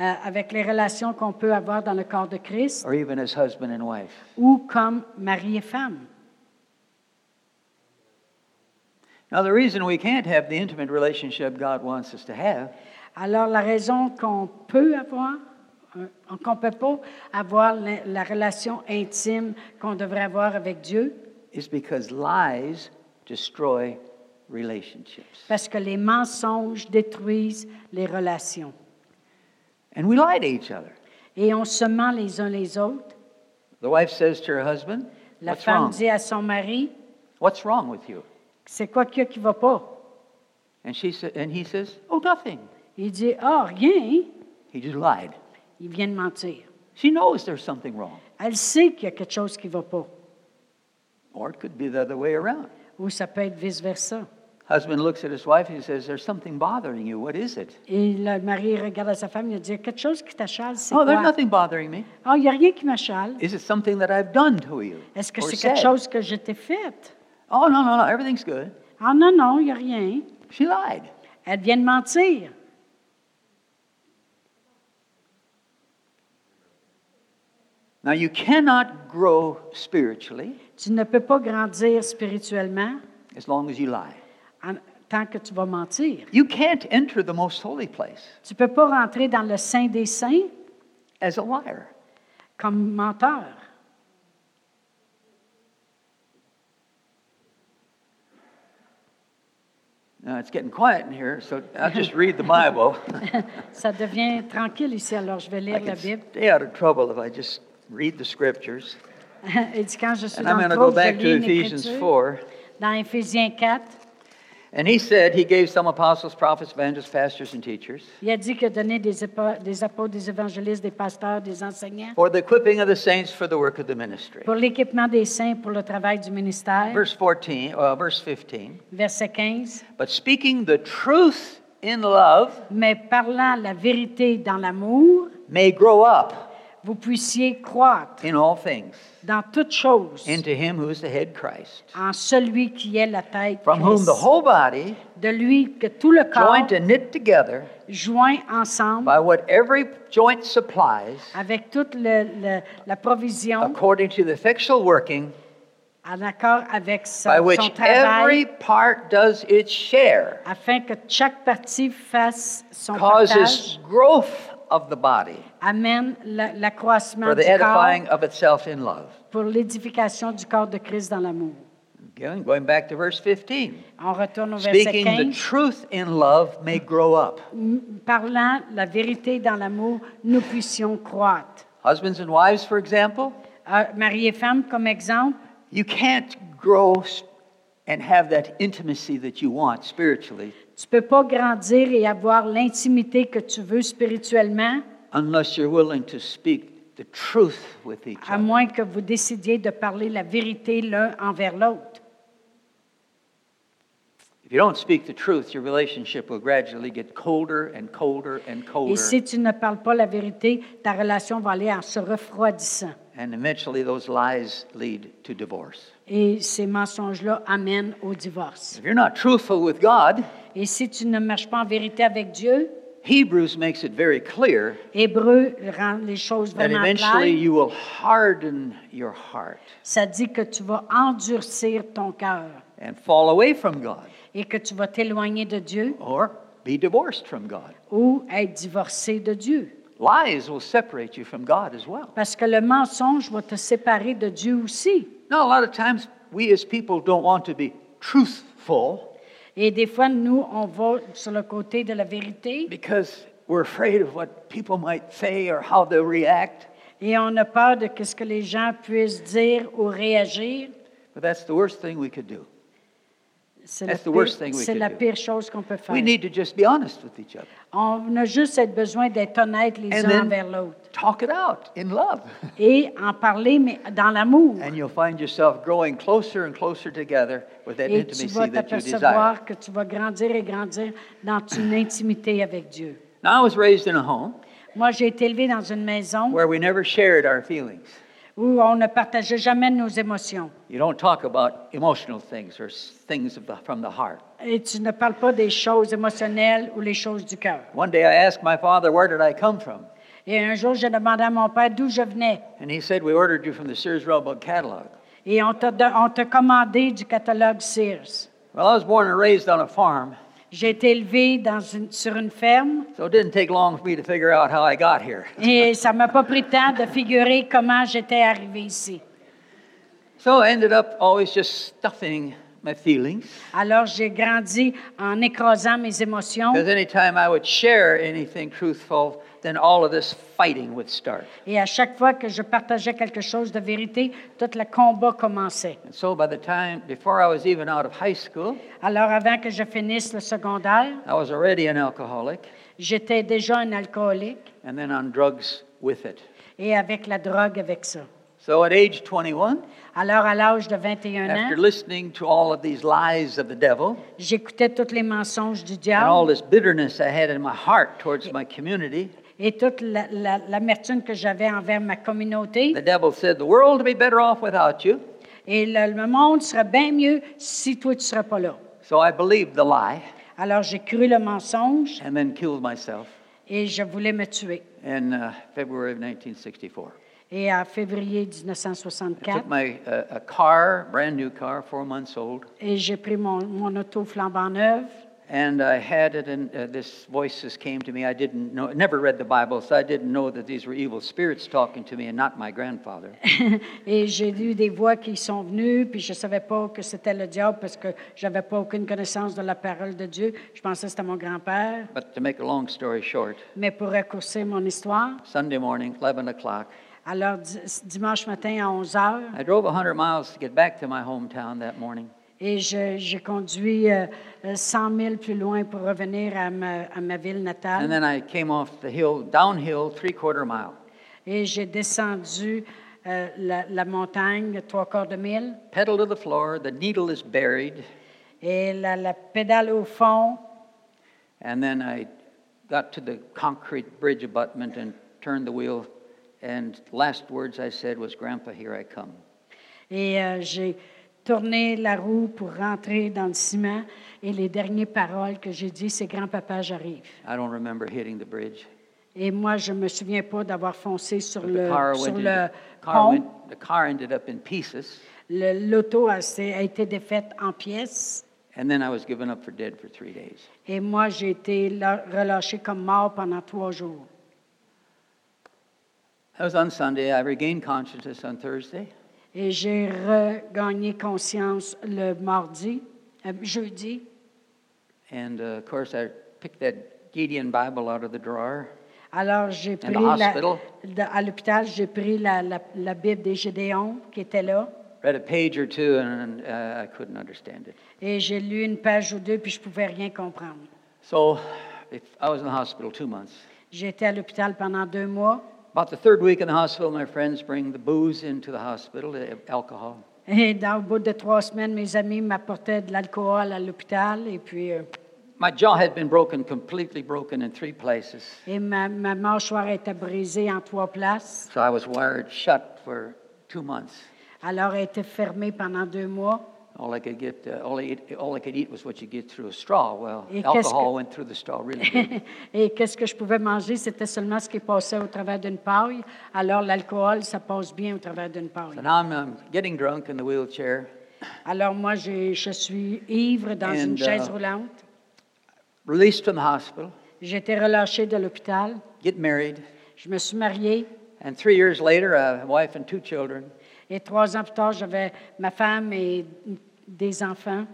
euh, avec les relations qu'on peut avoir dans le corps de Christ or even as husband and wife. ou comme mari et femme. Now, the reason we can't have the intimate relationship God wants us to have Alors, la raison qu'on peut avoir, euh, qu'on ne peut pas avoir la, la relation intime qu'on devrait avoir avec Dieu, is because lies destroy relationships. parce que les mensonges détruisent les relations. And we lie to each other. Et on se ment les uns les autres. The wife says to her husband, La What's femme wrong? dit à son mari, What's wrong with you? c'est quoi qu'il y a qui ne va pas? And, she sa- and he says, Oh, nothing. Il dit, ah, rien, hein? He just lied. il vient de mentir. She knows there's something wrong. Elle sait qu'il y a quelque chose qui ne va pas. Or it could be the other way around. Ou ça peut être vice-versa. Husband looks at his wife and he says, There's something bothering you. What is it? Et le mari regarde à sa femme, il a dit, quelque chose qui t'achale, c'est Oh, quoi? there's nothing bothering me. Ah, il n'y a rien qui m'achale. Is it something that I've done to you? Est-ce que or c'est quelque said? chose que je t'ai fait? Oh, no, no, no. Everything's good. Ah non, non, il n'y a rien. She lied. Elle vient de mentir. Now, you cannot grow spiritually Tu ne peux pas grandir spirituellement as long as you lie. en- tant que tu vas mentir. You can't enter the most holy place Tu ne peux pas rentrer dans le sein des saints as a liar. comme menteur. Now, it's getting quiet in here, so I'll just read the Bible. Ça devient tranquille ici, alors je vais I lire la can Bible. [laughs] stay out of trouble if I just read the scriptures. Il dit, quand je suis And I'm dans going le to go trouble, back je lis une to Ephesians écriture. 4. Dans Éphésiens 4, And he said, He gave some apostles, prophets, evangelists, pastors, and teachers il a dit qu'il a donné des, épa- des apôtres, des évangélistes, des pasteurs, des enseignants for the equipping of the saints for the work of the ministry. pour l'équipement des saints, pour le travail du ministère. Verse 14, uh, verse 15. Verset 15. But speaking the truth in love Mais parlant la vérité dans l'amour, may grow up vous puissiez croître in all things dans toutes choses into him who is the head Christ, en celui qui est la tête from whom the Christ. whole body, de lui que tout le corps joined and knit together joint ensemble by what every joint supplies, avec toute le- le- la provision according to the effectual working en accord avec son, by son which every travail part does its share, afin que chaque partie fasse son partage, causes growth of the body amène la- l'accroissement for du the corps edifying of itself in love. pour l'édification du corps de Christ dans l'amour. Again, Going back to verse 15. On retourne au verset Speaking the 15. truth in love may grow up. M- parlant la vérité dans l'amour, nous puissions croître. Husbands and wives, for example, Euh, mari et femme, comme exemple, you can't grow s- and have that intimacy that you want spiritually tu peux pas grandir et avoir l'intimité que tu veux spirituellement unless you're willing to speak the truth with each à other. moins que vous décidiez de parler la vérité l'un envers l'autre. If you don't speak the truth, your relationship will gradually get colder and colder and colder, Et si tu ne parles pas la vérité, ta relation va aller en se refroidissant. and eventually those lies lead to divorce. Et ces mensonges-là amènent au divorce. If you're not truthful with God, Et si tu ne marches pas en vérité avec Dieu, Hebrews makes it very clear Hébreu rend les choses that vraiment eventually claires. you will harden your heart Ça dit que tu vas endurcir ton cœur and fall away from God et que tu vas t'éloigner de Dieu or be divorced from God. ou être divorcé de Dieu. Lies will separate you from God as well. Parce que le mensonge va te séparer de Dieu aussi. Now, a lot of times we as people don't want to be truthful Et des fois, nous, on va sur le côté de la vérité because we're afraid of what people might say or how they'll react. et on a peur de ce que les gens puissent dire ou réagir. But that's the worst thing we could do. C'est la, That's the pire, worst thing we c'est could la do. pire chose qu'on peut faire. We need to just be honest with each other On a juste être besoin d'être honnête les And uns then- envers l'autre talk it out in love. [laughs] et en parler, mais dans l'amour. And you'll find yourself growing closer and closer together with that Et tu vas intimacy that you desire. t'apercevoir que tu vas grandir et grandir dans une intimité avec Dieu. Now, I was raised in a home Moi, j'ai été élevée dans une maison where we never shared our feelings. où on ne partageait jamais nos émotions. You don't talk about emotional things or s- things of the, from the heart. Et tu ne parles pas des choses émotionnelles ou les choses du cœur. One day I asked my father, Where did I come from? Et un jour, j'ai demandé à mon père d'où je venais. And he said, We ordered you from the Sears Roebuck catalog. Et on t'a, don- on t'a commandé du catalogue Sears. Well, I was born and raised on a farm, J'ai été élevée dans une- sur une ferme so it didn't take long for me to figure out how I got here. [laughs] et ça m'a pas pris le temps de figurer comment j'étais arrivée ici. So I ended up always just stuffing my feelings Alors j'ai grandi en écrasant mes émotions because anytime I would share anything truthful, then all of this fighting would start. et à chaque fois que je partageais quelque chose de vérité, tout le combat commençait. And so by the time, before I was even out of high school, Alors avant que je finisse le secondaire, I was already an alcoholic j'étais déjà un alcoolique and then on drugs with it. et avec la drogue avec ça. So at age 21, Alors à l'âge de 21 ans, after listening to all of these lies of the devil j'écoutais tous les mensonges du and all diable this bitterness I had in my heart towards my community, et toute la- la- l'amertume que j'avais envers ma communauté. the devil said, The world would be better off without you. Et le, le monde serait bien mieux si toi, tu ne serais pas là. So I believed the lie Alors j'ai cru le mensonge and then killed myself et je voulais me tuer. in uh, February of 1964. Et en février I took 1964, my uh, a car, brand new car, four months old, et j'ai pris mon, mon auto flambant neuve [laughs] and I had it, and uh, this voices came to me. I didn't know, never read the Bible, so I didn't know that these were evil spirits talking to me and not my grandfather. et j'ai eu des voix qui sont venues, puis je ne savais pas que c'était le diable parce que j'avais pas aucune connaissance de la parole de Dieu. Je pensais que c'était mon grand-père. But to make a long story short, Mais pour raccourcir mon histoire, Sunday morning, 11 o'clock, alors di- dimanche matin à 11 heures, I drove 100 miles to get back to my hometown that morning. Et je- j'ai conduit euh, euh, 100 000 plus loin pour revenir à ma, à ma ville And natale. then I came off the hill, downhill, three quarter mile, Et j'ai descendu euh, la, la montagne, trois quarts de mille. pedal to the floor, the needle is buried, Et la, la pédale au fond. And then I got to the concrete bridge abutment and turned the wheel. And last words I said was, Grandpa, here I come. Et euh, j'ai tourné la roue pour rentrer dans le ciment. Et les dernières paroles que j'ai dit, c'est Grand-papa, j'arrive. I don't remember hitting the bridge. Et moi, je me souviens pas d'avoir foncé sur The le, car, sur went le into, car pont. went, the car ended up in pieces. Le- L'auto a, s'est- a été défaite en pièces. And then I was given up for dead for three days. Et moi, j'ai été la- relâchée comme mort pendant trois jours. That was on Sunday. I regained consciousness on Thursday. Et j'ai regagné conscience le mardi, euh, jeudi. And uh, of course, I picked that Gideon Bible out of the drawer. Alors, j'ai the pris la- hospital? de- à l'hôpital, j'ai pris la, la- la Bible des Gédéons qui était là. Read a page or two, and uh, I couldn't understand it. Et j'ai lu une page ou deux, puis je pouvais rien comprendre. So if I was in the hospital two months. J'ai été à l'hôpital pendant deux mois. About the third week in the hospital, my friends bring the booze into the hospital, the alcohol. Et dans, au bout de trois semaines, mes amis m'apportaient de l'alcool à l'hôpital. Et puis, euh, My jaw had been broken, completely broken in three places. et ma, ma mâchoire était brisée en trois places. So I was wired shut for two months. Alors, elle a été fermée pendant deux mois. [laughs] All I could get, uh, all, I eat, all I could eat was what you get through a straw. Well, Et qu'est-ce alcohol que- went through the straw really good. Et qu'est-ce que je pouvais manger? C'était seulement ce qui passait au travers d'une paille. Alors, l'alcool, ça passe bien au travers d'une paille. so now I'm um, getting drunk in the wheelchair, Alors, moi, j'ai- je suis ivre dans And, une chaise uh, roulante. released from the hospital, J'ai été relâchée de l'hôpital. get married, Je me suis mariée. and three years later, a wife and two children. Et trois ans plus tard, j'avais ma femme et des enfants.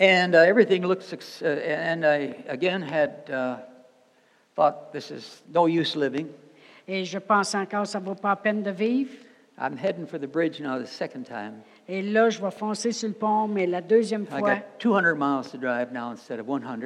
And uh, everything looked, suc- uh, and I again had uh, thought this is no use living. Et je pense encore, ça vaut pas la peine de vivre. I'm heading for the bridge now the second time. Et là, je vais foncer sur le pont, mais la deuxième I fois, got 200 miles to drive now instead of 100.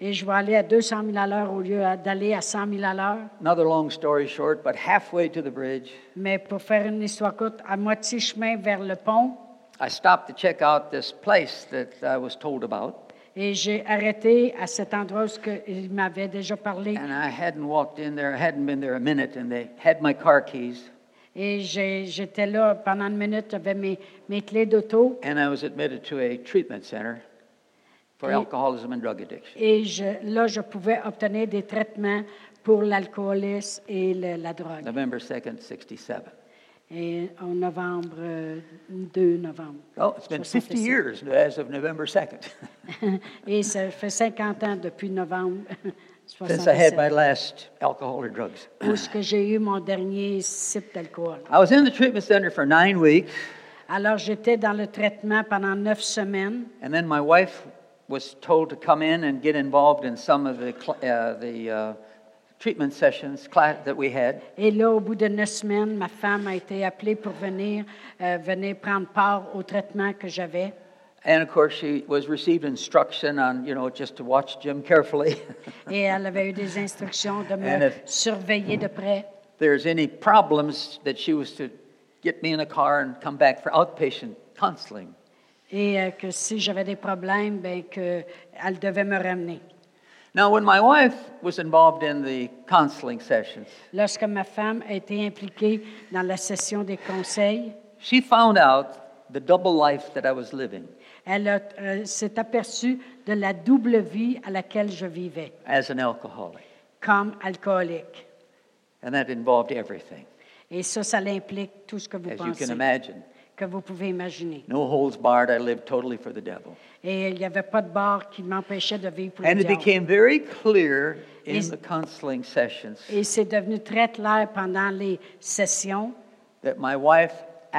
et je vais aller à 200 000 à l'heure au lieu à- d'aller à 100 000 à l'heure. Another long story short, but halfway to the bridge, Mais pour faire une histoire courte, à moitié chemin vers le pont, I stopped to check out this place that I was told about, et j'ai arrêté à cet endroit où il m'avait déjà parlé. and I hadn't walked in there. I hadn't been there a minute, and they had my car keys, Et j'ai- j'étais là pendant une minute, j'avais mes, mes clés d'auto, and I was admitted to a treatment center for Et- alcoholism and drug addiction. et je- là, je pouvais obtenir des traitements pour l'alcoolisme et le- la drogue. November 2nd, 67. Et et en novembre, euh, 2 novembre. Oh, it's been 50 67. years as of November 2nd Et ça fait 50 ans depuis novembre [laughs] since I had my 67, last alcohol or drugs. où ce que j'ai eu mon dernier sip d'alcool. I was in the treatment center for nine weeks, Alors, j'étais dans le traitement pendant neuf semaines. and then my wife was told to come in and get involved in some of the, cl- uh, the uh, treatment sessions class that we had. Et là, au bout de neuf semaines, ma femme a été appelée pour venir, euh, venir prendre part au traitement que j'avais. And of course, she was received instruction on, you know, just to watch Jim carefully. [laughs] Et elle avait eu des instructions de me And if- surveiller de près. there's any problems that she was to get me in a car and come back for outpatient counseling. Et euh, que si j'avais des problèmes, ben, que elle devait me ramener. Now, when my wife was involved in the counseling sessions, Lorsque ma femme a été impliquée dans la session des conseils, she found out the double life that I was living elle a- euh, s'est aperçue de la double vie à laquelle je vivais, as an alcoholic, comme alcoolique. and that involved everything, Et ça, ça l'implique tout ce que vous as you pensez, can imagine. que vous pouvez imaginer. No holds barred, I lived totally for the devil. Et il n'y avait pas de barre qui m'empêchait de vivre pour le And it diable. became very clear in Is- the counseling sessions Et c'est devenu très clair pendant les sessions that my wife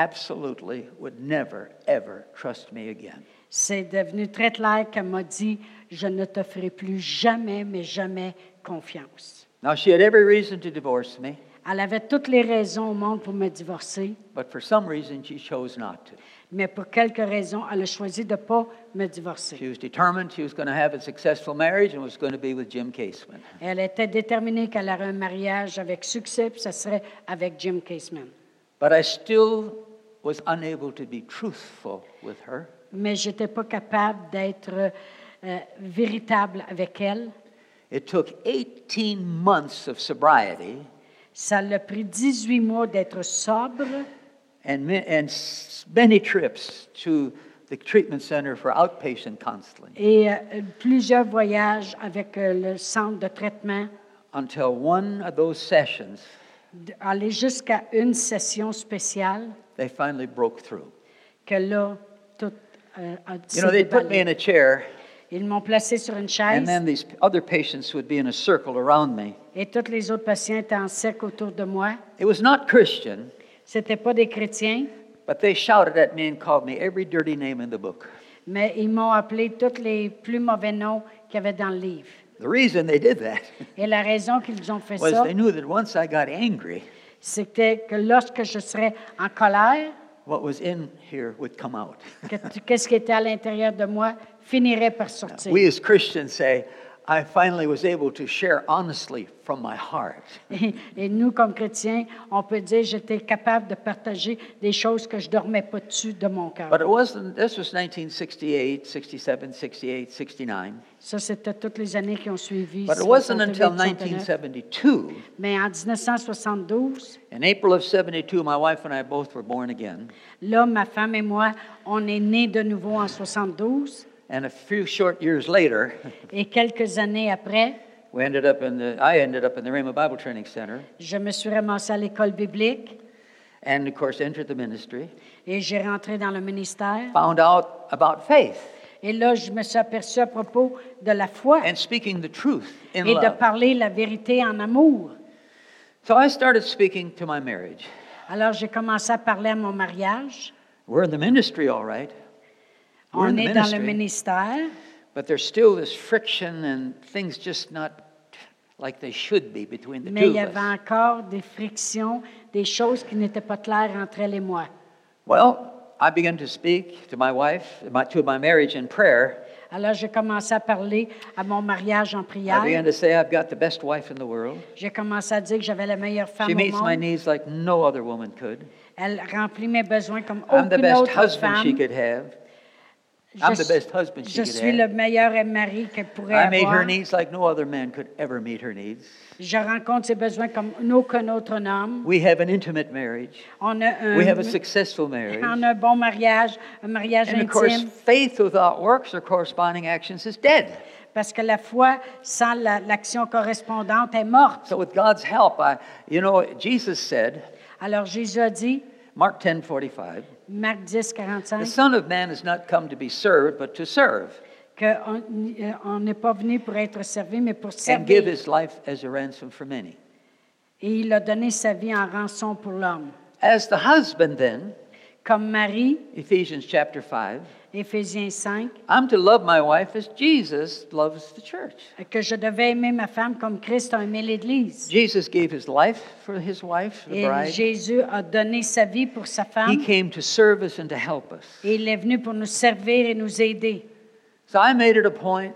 absolutely would never, ever trust me again. C'est devenu très clair qu'elle m'a dit Je ne te ferai plus jamais, mais jamais confiance. Now, she had every reason to divorce me, Elle avait toutes les raisons au monde pour me divorcer, but for some reason she chose not to. mais pour quelque raison, elle a choisi de ne pas me divorcer. She was determined she was going to have a successful marriage and was going to be with Jim Caseman. Elle était déterminée qu'elle aurait un mariage avec succès, puis ce serait avec Jim Caseman. But I still was unable to be truthful with her, Mais je n'étais pas capable d'être euh, véritable avec elle. It took 18 months of sobriety Ça l'a pris 18 mois d'être sobre. and, ma- and s- many trips to the treatment center for outpatient counseling et euh, plusieurs voyages avec euh, le centre de traitement, until one of those sessions d- aller jusqu'à une session spéciale they finally broke through. que là, tout euh, a You know, s'est they put me déballé. in a chair, Ils m'ont placé sur une and chaise then these other patients would be in a circle around me. et tous les autres patients étaient en cercle autour de moi. It was not Christian, C'était pas des chrétiens, but they shouted at me and called me every dirty name in the book. mais ils m'ont appelé tous les plus mauvais noms qu'il y avait dans le livre. The reason they did that [laughs] Et la raison qu'ils ont fait was ça, they knew that once I got angry, c'était que lorsque je serais en colère, what was in here would come out. que tout- qu'est-ce qui était à l'intérieur de moi finirait par sortir. We as Christians say, I finally was able to share honestly from my heart. Et, et nous, comme chrétiens, on peut dire j'étais capable de partager des choses que je dormais pas dessus de mon cœur. But it wasn't, this was 1968, 67, 68, 69. Ça, c'était toutes les années qui ont suivi. But it wasn't 68, until 69. 1972, Mais en 1972, in April of 72, my wife and I both were born again. là, ma femme et moi, on est nés de nouveau en 72. And a few short years later, Et quelques années après, we ended up in the, I ended up in the Rhema Bible Training Center je me suis ramassée à l'école biblique and, of course, entered the ministry, et j'ai rentré dans le ministère. found out about faith Et là, je me suis aperçue à propos de la foi and speaking the truth in et de love. parler la vérité en amour. So I started speaking to my marriage. Alors, j'ai commencé à parler à mon mariage. We're in the ministry, all right. We're in On the est dans le ministry. ministère, But there's still this friction and things just not like they should be between the mais il two y of avait us. encore des frictions, des choses qui n'étaient pas claires entre elle et moi. Well, I began to speak to my wife, my, to my marriage in prayer. Alors j'ai commencé à parler à mon mariage en I began prière. to say, I've got the best wife in the world. J'ai commencé à dire que j'avais la meilleure femme She au meets my monde. needs like no other woman could. Elle remplit mes besoins comme I'm the aucune best autre husband she femme. could have. I'm Je, the suis- best husband she je suis could le have. meilleur mari qu'elle pourrait I meet her avoir. needs like no other man could ever meet her needs. Je rencontre ses besoins comme aucun autre homme. We have an intimate marriage. On a un, We have a successful marriage. on a un bon mariage, un mariage And of course, intime. faith without works or corresponding actions is dead. Parce que la foi sans la- l'action correspondante est morte. So, with God's help, I, you know, Jesus said, Alors Jésus a dit, Mark 10:45. Marc 10, The 45, Son of Man is not come to be served, but to serve, qu'on on n'est pas venu pour être servi, mais pour and servir. give his life as a ransom for many. Et il a donné sa vie en rançon pour l'homme. As the husband, then, Comme Marie, Ephesians chapter 5, Éphésiens 5, I'm to love my wife as Jesus loves the church. que je devais aimer ma femme comme Christ a aimé l'Église. Jesus gave his life for his wife, the Et bride. Jésus a donné sa vie pour sa He femme came to serve us and to help us. et il est venu pour nous servir et nous aider. So I made it a point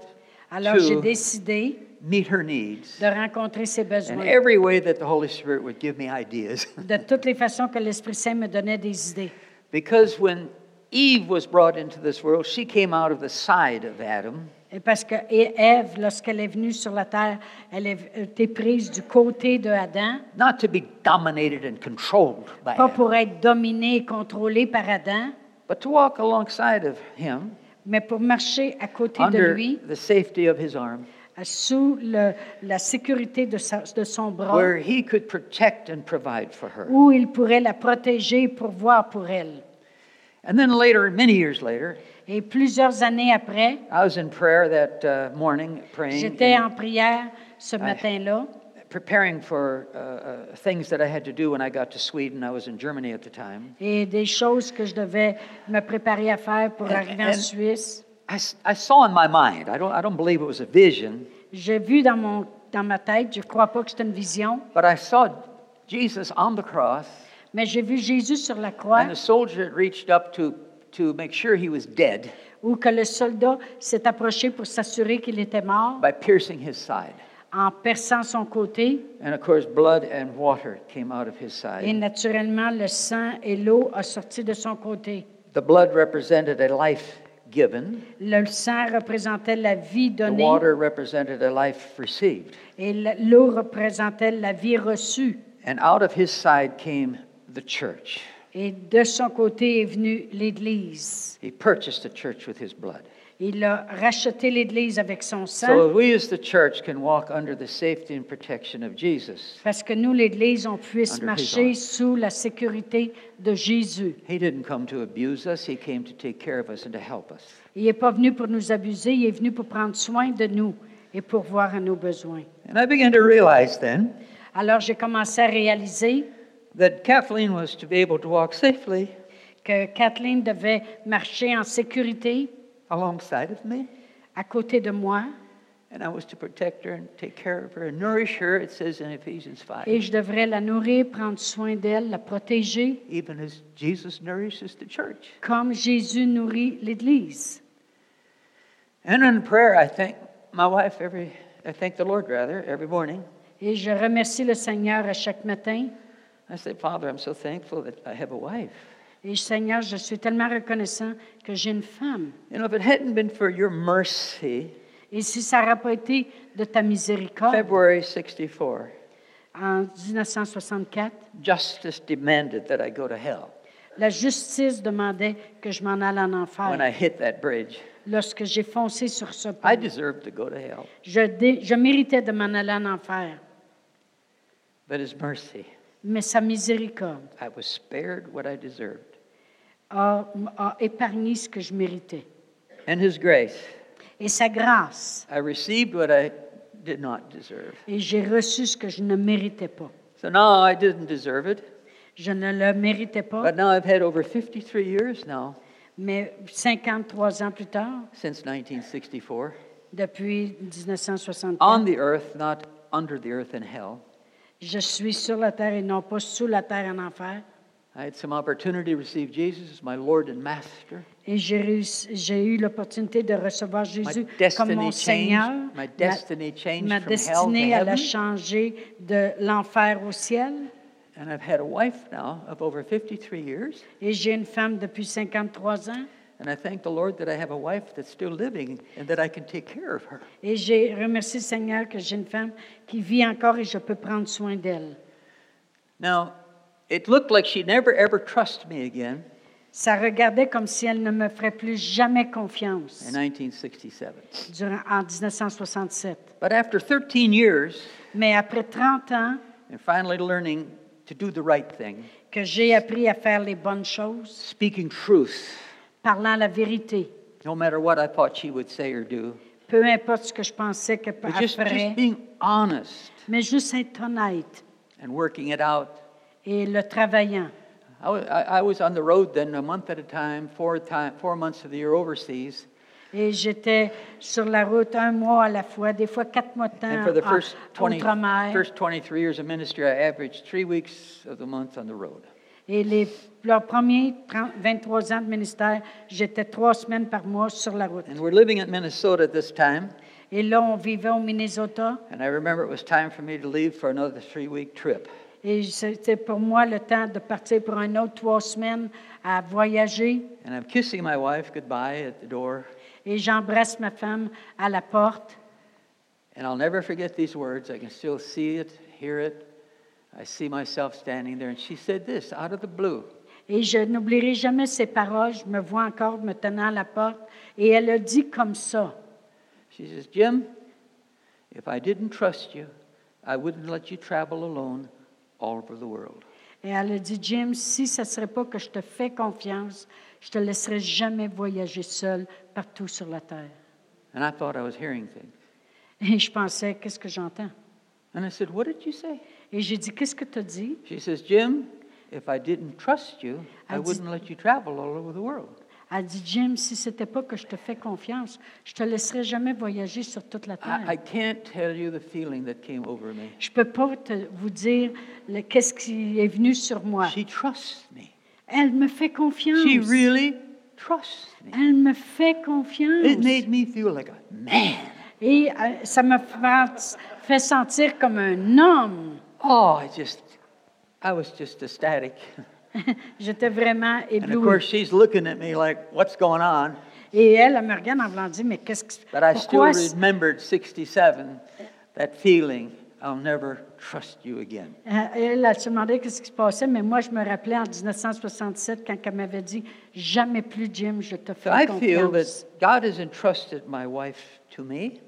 Alors to j'ai décidé meet her needs de rencontrer ses in besoins every way that the Holy Spirit would give me ideas. [laughs] de toutes les façons que l'Esprit Saint me donnait des idées. because when Eve was brought into this world, she came out of the side of Adam. Et parce que é- Ève, lorsqu'elle est venue sur la terre, elle est- était prise du côté de Adam, not to be dominated and controlled by pas him, pour être dominée et contrôlée par Adam, but to walk alongside of him mais pour marcher à côté de under lui, the safety of his arm, sous le- la sécurité de, sa- de son bras, where he could protect and provide for her. où il pourrait la protéger et pourvoir pour elle. And then later, many years later, Et plusieurs années après, I was in prayer that uh, morning, praying, j'étais and en prière ce matin-là. preparing for uh, uh, things that I had to do when I got to Sweden. I was in Germany at the time. Et des choses que je devais me préparer à faire pour And- arriver en and- Suisse. I, s- I saw in my mind, I don't, I don't believe it was a vision, J'ai vu dans, mon, dans ma tête, je ne crois pas que c'est une vision, but I saw Jesus on the cross, mais j'ai vu Jésus sur la croix and the soldier had reached up to, to make sure he was dead. où que le soldat s'est approché pour s'assurer qu'il était mort by piercing his side. en perçant son côté. And of course, blood and water came out of his Et side. naturellement, le sang et l'eau a sorti de son côté. The blood represented a life given, Le sang représentait la vie the donnée water represented a life received. et le- l'eau représentait la vie reçue. And out of his side came the church. Et de son côté est venue l'Église. He purchased the church with his blood. Il a racheté l'Église avec son sang So we as the church can walk under the safety and protection of Jesus. parce que nous, l'Église, on puisse Under his marcher arm. sous la sécurité de Jésus. He didn't come to abuse us, he came to take care of us and to help us. Il n'est pas venu pour nous abuser, il est venu pour prendre soin de nous et pour voir à nos besoins. And I began to realize then Alors j'ai commencé à réaliser that Kathleen was to be able to walk safely que Kathleen devait marcher en sécurité alongside of me. à côté de moi And I was to protect her and take care of her and nourish her, it says in Ephesians 5. et je devrais la nourrir, prendre soin d'elle, la protéger, Even as Jesus nourishes the church. comme Jésus nourrit l'Église. And in prayer, I thank my wife every, I thank the Lord rather, every morning. Et je remercie le Seigneur à chaque matin. I say, Father, I'm so thankful that I have a wife. Et Seigneur, je suis tellement reconnaissant que j'ai une femme. You know, if it hadn't been for your mercy, Et si ça n'aurait pas été de ta miséricorde, February 64, en 1964, justice demanded that I go to hell La justice demandait que je m'en aille en when enfer. I hit that bridge. Lorsque j'ai foncé sur ce pont, I deserved to go to hell, je, dé- je méritais de m'en aller en enfer. but His mercy, Mais sa miséricorde I was spared what I deserved. a, a épargné ce que je méritais. And His grace, Et sa grâce. I received what I did not deserve. Et j'ai reçu ce que je ne méritais pas. So now I didn't deserve it, Je ne le méritais pas, but now I've had over 53 years now mais 53 ans plus tard, since 1964 depuis 1964, on the earth, not under the earth in hell. je suis sur la terre et non pas sous la terre en enfer. I had some opportunity to receive Jesus as my Lord and Master. Et j'ai réussi- j'ai eu l'opportunité de recevoir My Jésus comme mon destiny Seigneur. changed. Ma- My destiny changed Ma from hell to destinée, elle a heaven. changé de l'enfer au ciel. And I've had a wife now of over 53 years. Et j'ai une femme depuis 53 ans. And I thank the Lord that I have a wife that's still living and that I can take care of her. Et j'ai remercié le Seigneur que j'ai une femme qui vit encore et je peux prendre soin d'elle. Now, it looked like she'd never ever trust me again Ça regardait comme si elle ne me ferait plus jamais confiance in 1967. durant, en 1967. But after 13 years, Mais après 30 ans and finally learning to do the right thing. que j'ai appris à faire les bonnes choses, speaking truth, parlant la vérité, no matter what I thought she would say or do, peu importe ce que je pensais que but just, après, just being honest mais juste être honnête and working it out. et le travaillant. I, wa- I, I was on the road then a month at a time, four, time, four months of the year overseas. Et j'étais sur la route un mois à la fois, des fois quatre mois de temps And for the en- first, 20, outre-mer. first 23 years of ministry, I averaged three weeks of the month on the road. Et les, leurs premiers 30 23 ans de ministère, j'étais trois semaines par mois sur la route. And we're living in Minnesota at this time. Et là, on vivait au Minnesota. And I remember it was time for me to leave for another three week trip. Et c'était pour moi le temps de partir pour un autre trois semaines à voyager. And I'm kissing my wife goodbye at the door. Et j'embrasse ma femme à la porte. And I'll never forget these words. I can still see it, hear it. I see myself standing there. And she said this out of the blue Et je n'oublierai jamais ces paroles. Je me vois encore me tenant à la porte. Et elle a dit comme ça. She says, Jim, if I didn't trust you, I wouldn't let you travel alone all over the world. Et elle a dit, Jim, si ce ne serait pas que je te fais confiance, je te laisserai jamais voyager seul partout sur la terre. And I thought I was hearing things. Et je pensais, qu'est-ce que j'entends? And I said, What did you say? Et j'ai dit, qu'est-ce que tu as dit? She says, Jim, if I didn't trust you, I I just- wouldn't let you travel all over the world. Elle dit, Jim, si ce n'était pas que je te fais confiance, je te laisserai jamais voyager sur toute la terre. Ah, I, I can't tell you the feeling that came over me. Je ne peux pas te- vous dire le- qu'est-ce qui est venu sur moi. She trusts me. Elle me fait confiance. She really trusts me. Elle me fait confiance. It made me feel like a man. Et euh, ça me fait- fait sentir comme un homme. [laughs] Oh, I just, I was just ecstatic. J'étais vraiment And of éblouie. course, she's looking at me like, what's going on? Et elle, elle me regarde en voulant dire, mais qu'est-ce qui But I still pourquoi c- remembered 67, that feeling, I'll never trust you again. Euh, Elle, elle se demandait qu'est-ce qui se passait, mais moi, je me rappelais en 1967 quand elle m'avait dit, jamais plus, Jim, je te So fais I feel confiance. that God has entrusted my wife to me.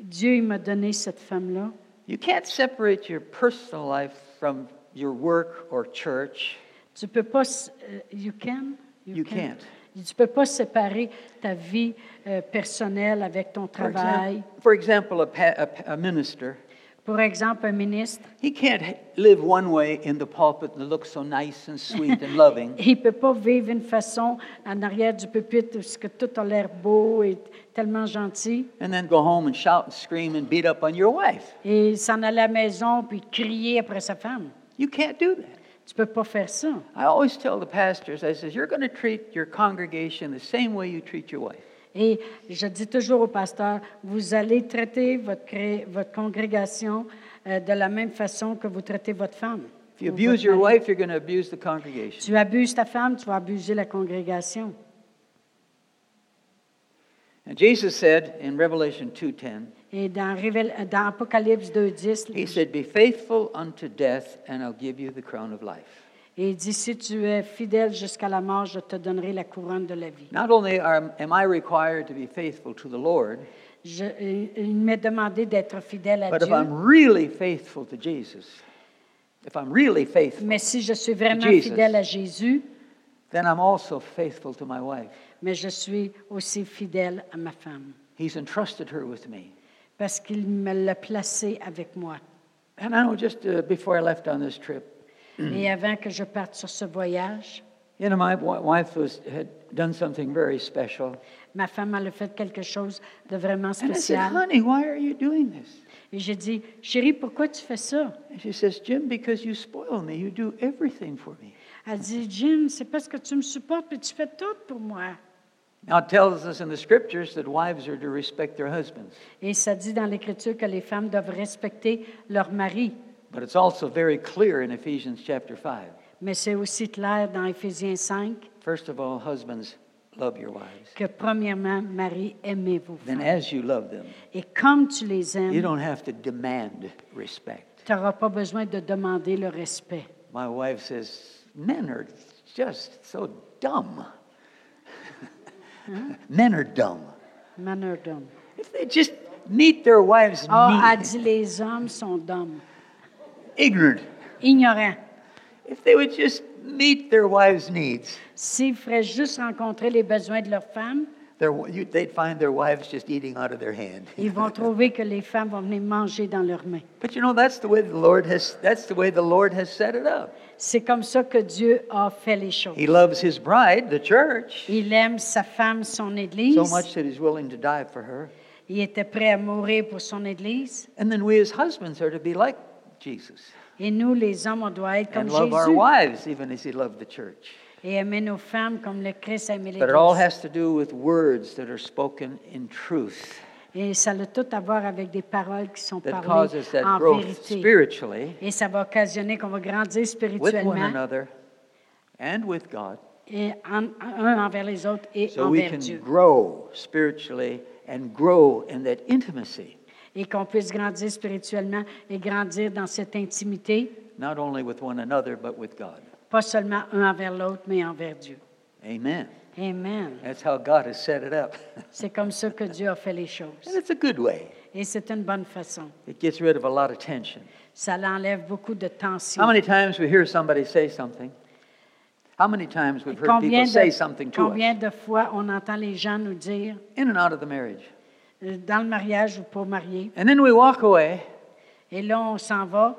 Dieu, il m'a donné cette femme-là. You can't separate your personal life from your work or church. Tu peux pas, s- euh, you can, You can't. Tu peux pas séparer ta vie euh, personnelle avec ton For, exam- travail. for example, a, pa- a, pa- a minister, Pour exemple, un ministre, he can't h- live one way in the pulpit and look so nice and sweet and [laughs] loving, il peut pas vivre une façon en arrière du pupitre où ce que tout a l'air beau et tellement gentil. and then go home and shout and scream and beat up on your wife. et s'en aller à la maison puis crier après sa femme. You can't do that. Tu peux pas faire ça. I always tell the pastors, I says, you're going to treat your congregation the same way you treat your wife. Et je dis toujours au pasteur, vous allez traiter votre, cré- votre congrégation euh, de la même façon que vous traitez votre femme. If you ou abuse votre your mari. wife, you're going to abuse the congregation. Tu abuses ta femme, tu vas abuser la congrégation. And Jesus said in Revelation 2:10, Et dans, Révél- dans Apocalypse 2.10, He said, Be faithful unto death, and I'll give you the crown of life. il dit, si tu es fidèle jusqu'à la mort, je te donnerai la couronne de la vie. Not only are, am I required to be faithful to the Lord, Je- il il m'est demandé d'être fidèle à but if Dieu, I'm really faithful to Jesus, if I'm really faithful, mais si je suis vraiment Jesus. fidèle à Jésus, then I'm also faithful to my wife. mais je suis aussi fidèle à ma femme He's entrusted her with me. parce qu'il me l'a placée avec moi. And I know just uh, before I left on this trip, Et avant que je parte sur ce voyage, You know, my wi- wife was, had done something very special. ma femme elle a fait quelque chose de vraiment And I said, spécial. honey, why are you doing this? Et j'ai dit, chérie, pourquoi tu fais ça? And she says, Jim, because you spoil me. You do everything for me. Elle dit, Jim, c'est parce que tu me supportes et tu fais tout pour moi. Now, it tells us in the scriptures that wives are to respect their husbands. Et ça dit dans l'Écriture que les femmes doivent respecter leur mari. But it's also very clear in Ephesians chapter 5. Mais c'est aussi clair dans Éphésiens 5 First of all, husbands, love your wives. que premièrement, Marie, aimez vos Then, femmes. as you love them, Et comme tu les you aimes, don't have to demand respect. Tu n'auras pas besoin de demander le respect. My wife says, men are just so dumb. [laughs] Men are dumb. Manner d'homme. If they just meet their wives' Or, a need, dit les hommes sont d'hommes, ignorant, ignorants. if they would just meet their wives' needs, S'ils feraient juste rencontrer les besoins de leurs femmes, their, you, they'd find their wives just eating out of their hand. ils vont trouver que les femmes vont venir manger dans leurs mains. But you know, that's the way the Lord has, that's the way the Lord has set it up. C'est comme ça que Dieu a fait les choses. He loves his bride, the church, Il aime sa femme, son Église. so much that he's willing to die for her. Il était prêt à mourir pour son Église. And then we as husbands are to be like Jesus Et nous, les hommes, on doit être comme and love our Jésus wives even as he loved the church. et aimer nos femmes comme le Christ a aimé But it all l'Église. has to do with words that are spoken in truth Et ça a tout à voir avec des paroles qui sont that parlées causes that en growth vérité. spiritually Et ça va occasionner qu'on va grandir with one spirituellement another and with God et en- un envers les autres et so we envers can Dieu. grow spiritually and grow in that intimacy, Et qu'on puisse grandir spirituellement et grandir dans cette intimité, not only with one another, but with God. pas seulement un envers l'autre, mais envers Dieu. Amen. Amen. That's how God has set it up. [laughs] C'est comme ça que Dieu a fait les And choses. it's a good way. Et c'est une bonne façon. It gets rid of a lot of tension. Ça l'enlève beaucoup de tension. How many times we hear somebody say something? How many times we've heard people Combien, say de, something to combien us de fois on entend les gens nous dire, in and out of the marriage? euh, dans le mariage ou pour marier, And then we walk away et là on s'en va,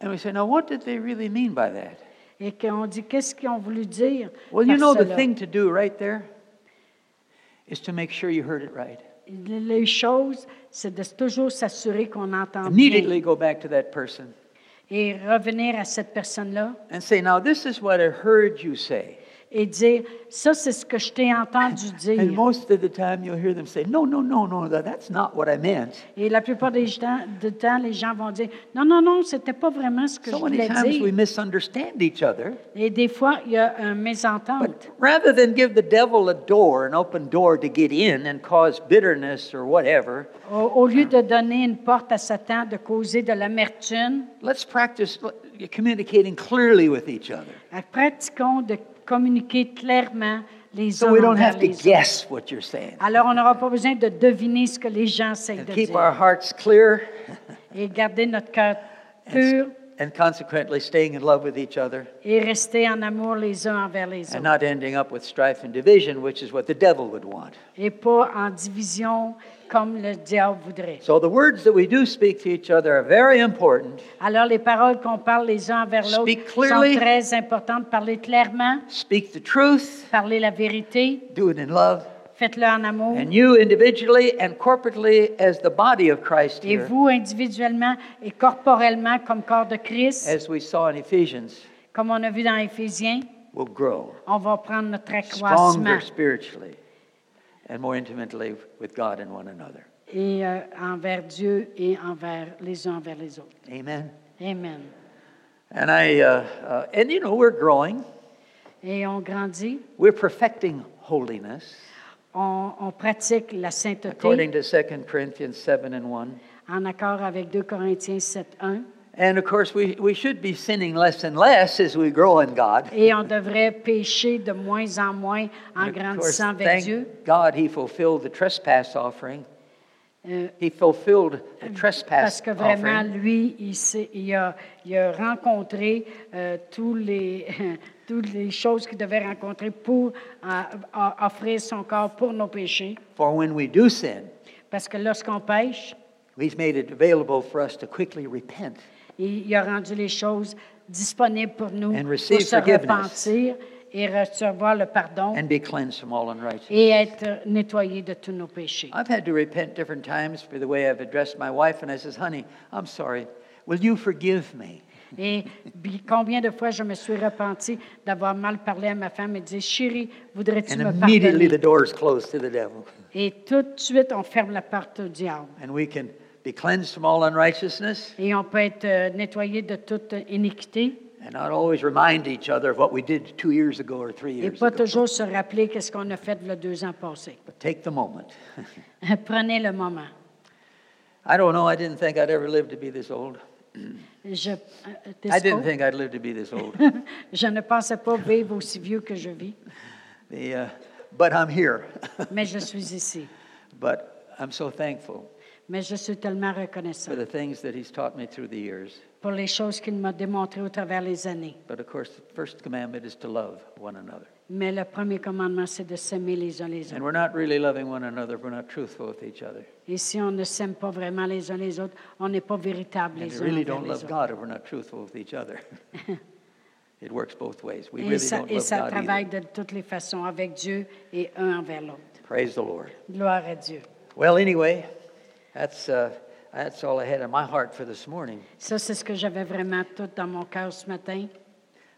and we say, now what did they really mean by that? et qu'on dit qu'est-ce qu'ils ont voulu dire. Well, par you know, the cela? thing to do right there is to make sure you heard it right. Les choses, c'est de toujours s'assurer qu'on entend Immediately bien go back to that person et revenir à cette personne-là and say, now this is what I heard you say. et dire, ça c'est ce que je t'ai [laughs] entendu And dire. most of the time you'll hear them say, no, no, no, no, tha- that's not what I meant. Et la plupart des gens, du temps, les gens vont dire, non, non, non, c'était pas vraiment ce que So je many voulais times dire. we misunderstand each other. Et des fois, il y a un mésentente. But rather than give the devil a door, an open door to get in and cause bitterness or whatever, Au, au lieu de donner une porte à Satan, de causer de l'amertume, let's practice l- communicating clearly with each other euh, pratiquons de communiquer clairement les uns so we don't envers have to les autres. guess what you're saying. Alors, on n'aura pas besoin de deviner ce que les gens essayent And de keep dire. our hearts clear Et garder notre cœur pur and, and consequently staying in love with each other et rester en amour les uns envers les and autres. not ending up with strife and division, which is what the devil would want. Et pas en division comme le diable voudrait. So the words that we do speak to each other are very important. Alors, les paroles qu'on parle les uns envers l'autre Speak sont clearly. très importantes. Parlez clairement, Speak the truth, parlez la vérité, do it in love, faites-le en amour. and you individually and corporately as the body of Christ Et here. vous, individuellement et corporellement, comme corps de Christ, as we saw in Ephesians, comme on a vu dans Éphésiens, will grow on va prendre notre accroissement stronger spiritually and more intimately with God and one another. et, euh, envers Dieu et envers les uns envers les autres. Amen. Amen. And I, uh, uh, and you know, we're growing. Et on grandit, We're perfecting holiness, on, on pratique la sainteté according to 2 Corinthians 7 and 1. en accord avec 2 Corinthiens 7.1. And of course, we, we should be sinning less and less as we grow in God. Et on devrait pécher de moins en moins en And of course, grandissant vers Dieu. thank God he fulfilled the trespass offering. Euh, He fulfilled the Parce trespass que vraiment, offering. lui, il, s'est- il a, il a rencontré euh, tous les, [laughs] toutes les choses qu'il devait rencontrer pour euh, o- offrir son corps pour nos péchés. For when we do sin, Parce que lorsqu'on pêche, he's made it available for us to quickly repent. il, il a rendu les choses disponibles pour nous And pour receive se forgiveness. repentir et recevoir le pardon and be cleansed from all unrighteousness. et être nettoyé de tous nos péchés. I've had to repent different times for the way I've addressed my wife, and I says, "Honey, I'm sorry. Will you forgive me?" Et bi- combien de fois je me suis repentie d'avoir mal parlé à ma femme et dit, chérie, voudrais-tu And me immediately pardonner? the doors closed to the devil, Et tout de suite, on ferme la porte au diable. and we can be cleansed from all unrighteousness, Et on peut être euh, nettoyé de toute iniquité and not always remind each other of what we did two years ago or three et years pas ago. toujours se rappeler qu'est-ce qu'on a fait le deux ans passés. But take the moment. [laughs] [laughs] Prenez le moment. I don't know. I didn't think I'd ever live to be this old. Je, euh, I Tesco, didn't think I'd live to be this old. [laughs] je ne pensais pas vivre aussi vieux que je vis, the, uh, but I'm here. [laughs] mais je suis ici. but I'm so thankful Mais je suis tellement reconnaissant for the things that He's taught me through the years. pour les choses qu'il m'a démontrées au travers les années. But of course, the first commandment is to love one another. Mais le premier commandement, c'est de s'aimer les uns les And autres. we're not really loving one another if we're not truthful with each other. Et si on ne s'aime pas vraiment les uns les autres, on n'est pas véritable And we les uns really envers don't les love autres. God if we're not truthful with each other. [laughs] it works both ways. We Et really ça, don't et love ça God travaille either. de toutes les façons, avec Dieu et un envers l'autre. Praise the Lord. Gloire à Dieu. Well, anyway, that's, uh, that's all I had in my heart for this morning. Ça, c'est ce que j'avais vraiment tout dans mon cœur ce matin.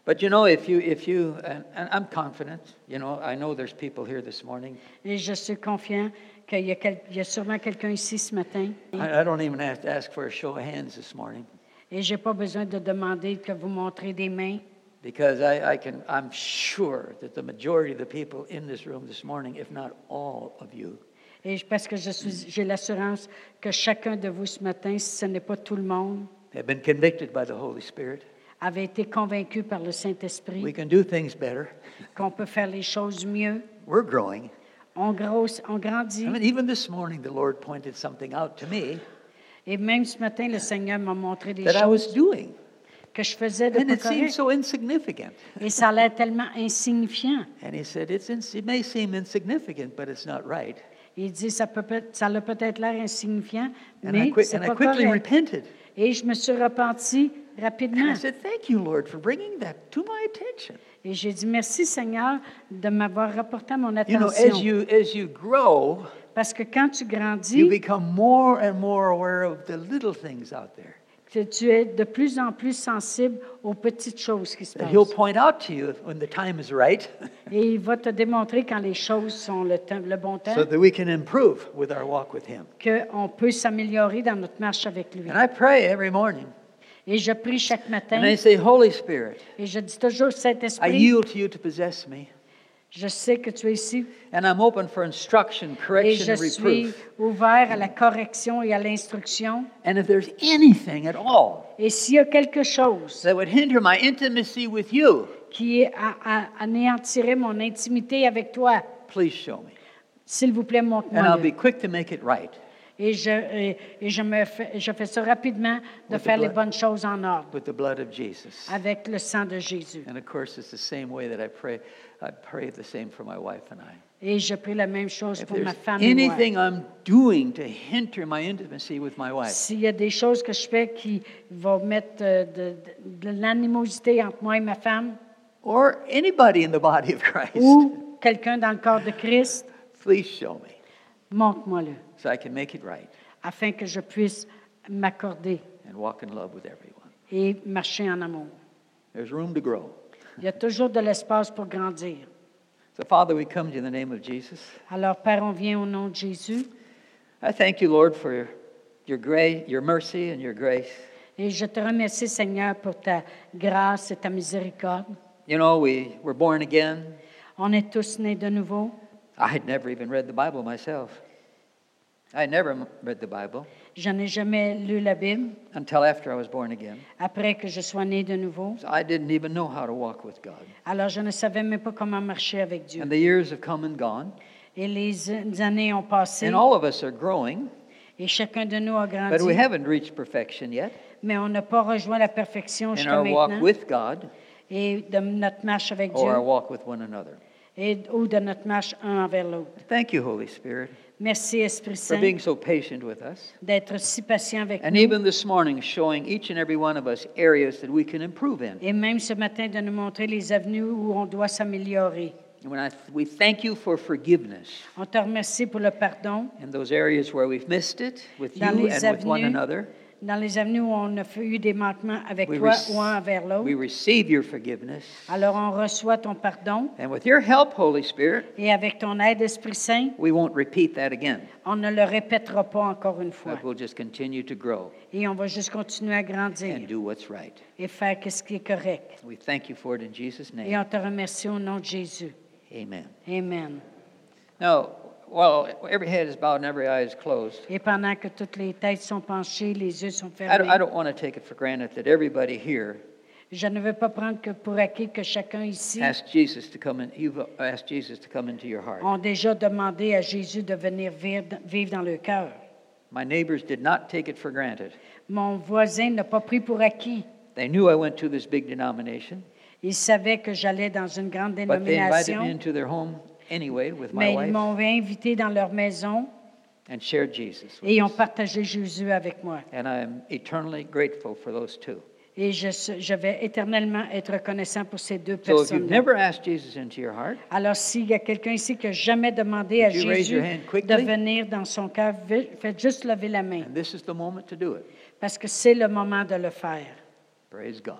But you know, if you, if you and, and I'm confident, you know, I know there's people here this morning. Et je suis confiant qu'il y, a quel- il y a sûrement quelqu'un ici ce matin. I, I don't even have to ask for a show of hands this morning Et je n'ai pas besoin de demander que vous montrez des mains. because I, I can, I'm sure that the majority of the people in this room this morning, if not all of you, Et je- parce que je suis- j'ai l'assurance que chacun de vous ce matin, si ce n'est pas tout le monde, have been convicted by the Holy Spirit. avait été convaincu par le We Saint-Esprit can do things better. qu'on peut faire les choses mieux. We're growing. On, grosse, on grandit. I mean, even this morning, the Lord pointed something out to me Et même ce matin, le Seigneur m'a montré des that I choses was doing. que je faisais de And pas it seemed correct. so insignificant. Et ça allait tellement insignifiant. And He said, it's ins- It may seem insignificant, but it's not right. Il dit, ça, peut, peut- ça a peut-être l'air insignifiant, And I, mais qui- c'est and I pas quickly correct. repented. Et je me suis repenti And I rapidement. said, Thank you, Lord, for bringing that to my attention. Et j'ai dit, merci Seigneur de m'avoir rapporté à mon You know, as attention. you, as you grow, Parce que quand tu you grandis, become more and more aware of the little things out there que tu es de plus en plus sensible aux petites choses qui se that He'll passent. point out to you when the time is right Et il va te démontrer quand les choses sont le, temps- le bon temps, so that we can improve with our walk with Him. qu'on peut s'améliorer dans notre marche avec lui. And I pray every morning. Et je prie chaque And I matin, say, Holy Spirit, et je dis toujours, I Saint-Esprit, yield to you to possess me. je sais que tu es ici, And I'm open for instruction, et correction, je and suis reproof. ouvert à la correction et à l'instruction. And if there's anything at all Et s'il y a quelque chose that would hinder my intimacy with you, qui a- a- anéantirait mon intimité avec toi, please show me. s'il vous plaît, And I'll montre-moi. be quick to make it right Et, je, et, et je, me fais, je fais ça rapidement de With the faire les blood. bonnes choses en ordre with the blood of Jesus. avec le sang de Jésus. And of course, it's the same way that I pray. I pray the same for my wife and I. Et je prie la même chose If pour ma there's femme et moi. anything I'm doing to hinder my intimacy with my wife, S'il y a des choses que je fais qui vont mettre euh, de, de- de l'animosité entre moi et ma femme or anybody in the body of Christ, ou quelqu'un dans le corps de Christ, please show me montre-moi-le so I can make it right afin que je puisse m'accorder and walk in love with everyone. et marcher en amour. There's room to grow. Il y a toujours de l'espace pour grandir. So, Father, we come to you in the name of Jesus. Alors, Père, on vient au nom de Jésus I thank you, Lord, for your, your grace, your mercy, and your grace. et je te remercie, Seigneur, pour ta grâce et ta miséricorde. You know, we were born again. On est tous nés de nouveau. I had never even read the Bible myself. I had never m- read the Bible Je n'ai jamais lu la Bible until after I was born again. après que je sois né de nouveau. So I didn't even know how to walk with God. Alors, je ne savais même pas comment marcher avec Dieu. And the years have come and gone, Et les euh, années ont passé and all of us are growing, et chacun de nous a but grandi, we haven't reached perfection yet mais on n'a pas rejoint la perfection in jusqu'à our walk maintenant with God et de notre marche avec or Dieu our walk with one another. et, ou de notre marche un envers l'autre. Thank you, Holy Spirit, Merci, Esprit for Saint, being so patient with us. d'être si patient avec And nous even this morning, showing each and every one of us areas that we can improve in. et même ce matin de nous montrer les avenues où on doit s'améliorer. And when I, we thank you for forgiveness On te remercie pour le pardon in those areas where we've missed it with you dans and les with one avenues, another. dans les avenues où on a fait- eu des manquements avec We, toi rec- ou un envers we l'autre. receive your forgiveness. Alors on reçoit ton pardon And with your help, Holy Spirit, et avec ton aide, Esprit Saint, we won't repeat that again, on ne le répétera pas encore une fois. but we'll just continue to grow Et on va juste continuer à and grandir do what's right. et faire ce qui est correct. We thank you for it in Jesus' Et name. on te remercie au nom de Jésus. Amen. Amen. Now, while every head is bowed and every eye is closed, Et pendant que toutes les têtes sont penchées, les yeux sont I don't, I fermés, don't want to take it for granted that everybody here je ne veux pas prendre que pour acquis que chacun ici asked Jesus to come in. You've asked Oh. Jesus to come into your heart. ont déjà demandé à Jésus de venir vivre vivre dans le cœur. My neighbors did not take it for granted. Mon voisin n'a pas pris pour acquis. They knew I went to this big denomination, Il savait que j'allais dans une grande but they invited me dénomination, into their home anyway with my mais ils wife m'ont invité dans leur maison and shared Jesus. With et ils ont us. partagé Jésus avec moi. And I'm eternally grateful for those two. Et je, se- je vais éternellement être reconnaissant pour ces deux So if you've personnes. never asked Jesus into your heart, Alors, s'il y a quelqu'un ici qui n'a jamais demandé à Would you raise Jésus your hand quickly? de venir dans son cœur, vi- faites juste lever la main, and this is the moment to do it. parce que c'est le moment de le faire. Praise God.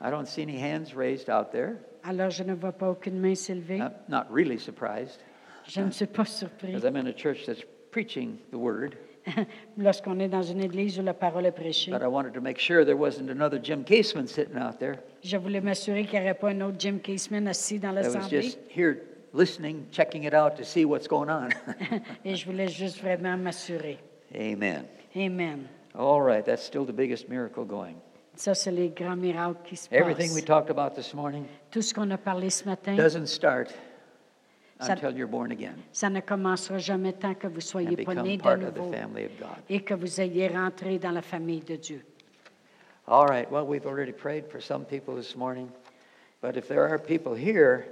I don't see any hands raised out there. Alors, je ne vois pas aucune main s'élever. I'm not really surprised Je ne suis pas surpris because I'm in a church that's preaching the word, [laughs] lorsqu'on est dans une église où la parole est prêchée. but I wanted to make sure there wasn't another Jim Caseman sitting out there Je voulais m'assurer qu'il n'y aurait pas un autre Jim Caseman assis dans that uh, was l'assemblée. just here listening, checking it out to see what's going on. [laughs] Et je voulais juste vraiment m'assurer. Amen. Amen. All right, that's still the biggest miracle going. Ça, c'est les grands miracles qui se Everything we passent. talked about this morning Tout ce qu'on a parlé ce matin, doesn't start Ça- until you're born again ça ne commencera jamais tant que vous and soyez pas become né de part of the nouveau family of God. et que vous ayez rentré dans la famille de Dieu. All right, well, we've already prayed for some people this morning, but if there are people here,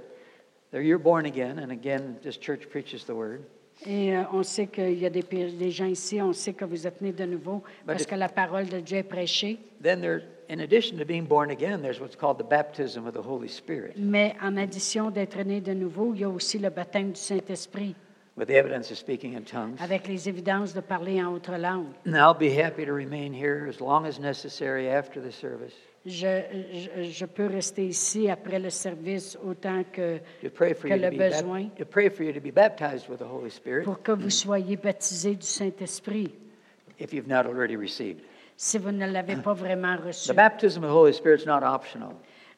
they're, you're born again, and again, this church preaches the word. Et euh, on sait qu'il y a des, pir- des gens ici, on sait que vous êtes nés de nouveau parce if- que la parole de Dieu est prêchée. Then there, in addition to being born again, there's what's called the baptism of the Holy Spirit Mais en addition d'être né de nouveau, il y a aussi le baptême du Saint-Esprit with the evidence of speaking in tongues. avec les évidences de parler en autre langue. And I'll be happy to remain here as long as necessary after the service Je, je, je peux rester ici après le service autant que, to pray for que you to le be bap- besoin to pray for you to be baptized with the Holy Spirit pour que vous soyez baptisés du Saint-Esprit if you've not already received. si vous ne l'avez pas vraiment reçu. The baptism of the Holy Spirit is not optional.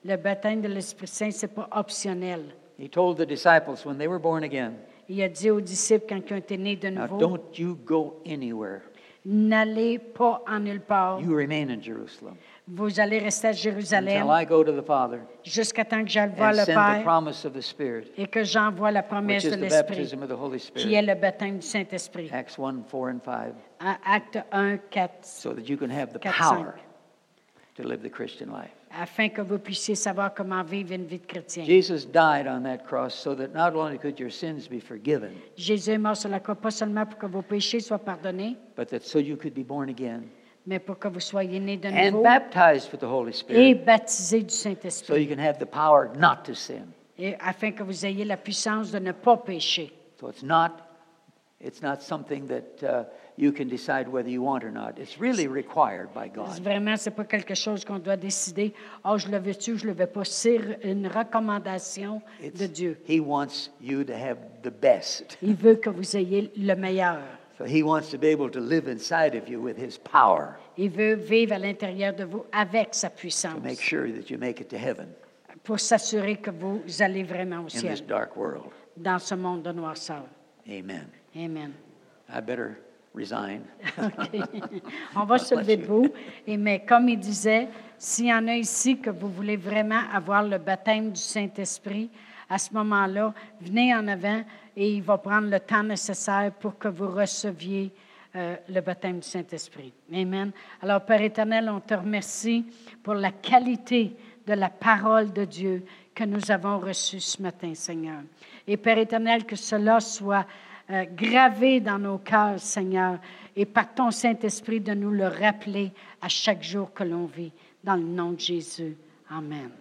Le baptême de l'Esprit Saint, ce n'est pas optionnel. He told the disciples when they were born again, Il a dit aux disciples quand ils ont été nés de Now, nouveau, don't you go anywhere. n'allez pas en nulle part. You remain in Jerusalem Vous allez rester à Jérusalem until I go to the Father jusqu'à temps que j'aille voir and le send the Père promise of the Spirit, et que j'envoie la which promesse is de the l'Esprit, baptism of the Holy qui est Spirit. Hein? le baptême du Saint-Esprit. Acts 1 4 and 5, À Acte 1, 4, so that you can have the Quatre, power to live the Christian life. afin que vous puissiez savoir comment vivre une vie de chrétien. Jesus died on that cross so that not only could your sins be forgiven, Jésus est mort sur la croix, pas seulement pour que vos péchés soient pardonnés, but that so you could be born again mais pour que vous soyez nés de and nouveau baptized with the Holy et Spirit baptisés du so you Saint-Esprit, can have the power not to sin. et afin que vous ayez la puissance de ne pas pécher. So it's not, it's not something that uh, you can decide whether you want or not. It's really required by God. Vraiment, ce n'est pas quelque chose qu'on doit décider. Oh, je le veux-tu, je le veux pas. C'est une recommandation It's- de Dieu. He wants you to have the best. Il veut que vous ayez le meilleur. So he wants to be able to live inside of you with his power Il veut vivre à l'intérieur de vous avec sa to puissance make sure that you make it to heaven pour s'assurer que vous allez vraiment au in this ciel dark world. dans ce monde de noirceur. Amen. Amen. I better resign. [laughs] On va se lever debout. Et mais comme il disait, s'il y en a ici que vous voulez vraiment avoir le baptême du Saint-Esprit, à ce moment-là, venez en avant et il va prendre le temps nécessaire pour que vous receviez euh, le baptême du Saint-Esprit. Amen. Alors, Père éternel, on te remercie pour la qualité de la parole de Dieu que nous avons reçue ce matin, Seigneur. Et Père éternel, que cela soit euh, gravé dans nos cœurs, Seigneur, et par ton Saint-Esprit de nous le rappeler à chaque jour que l'on vit. Dans le nom de Jésus. Amen.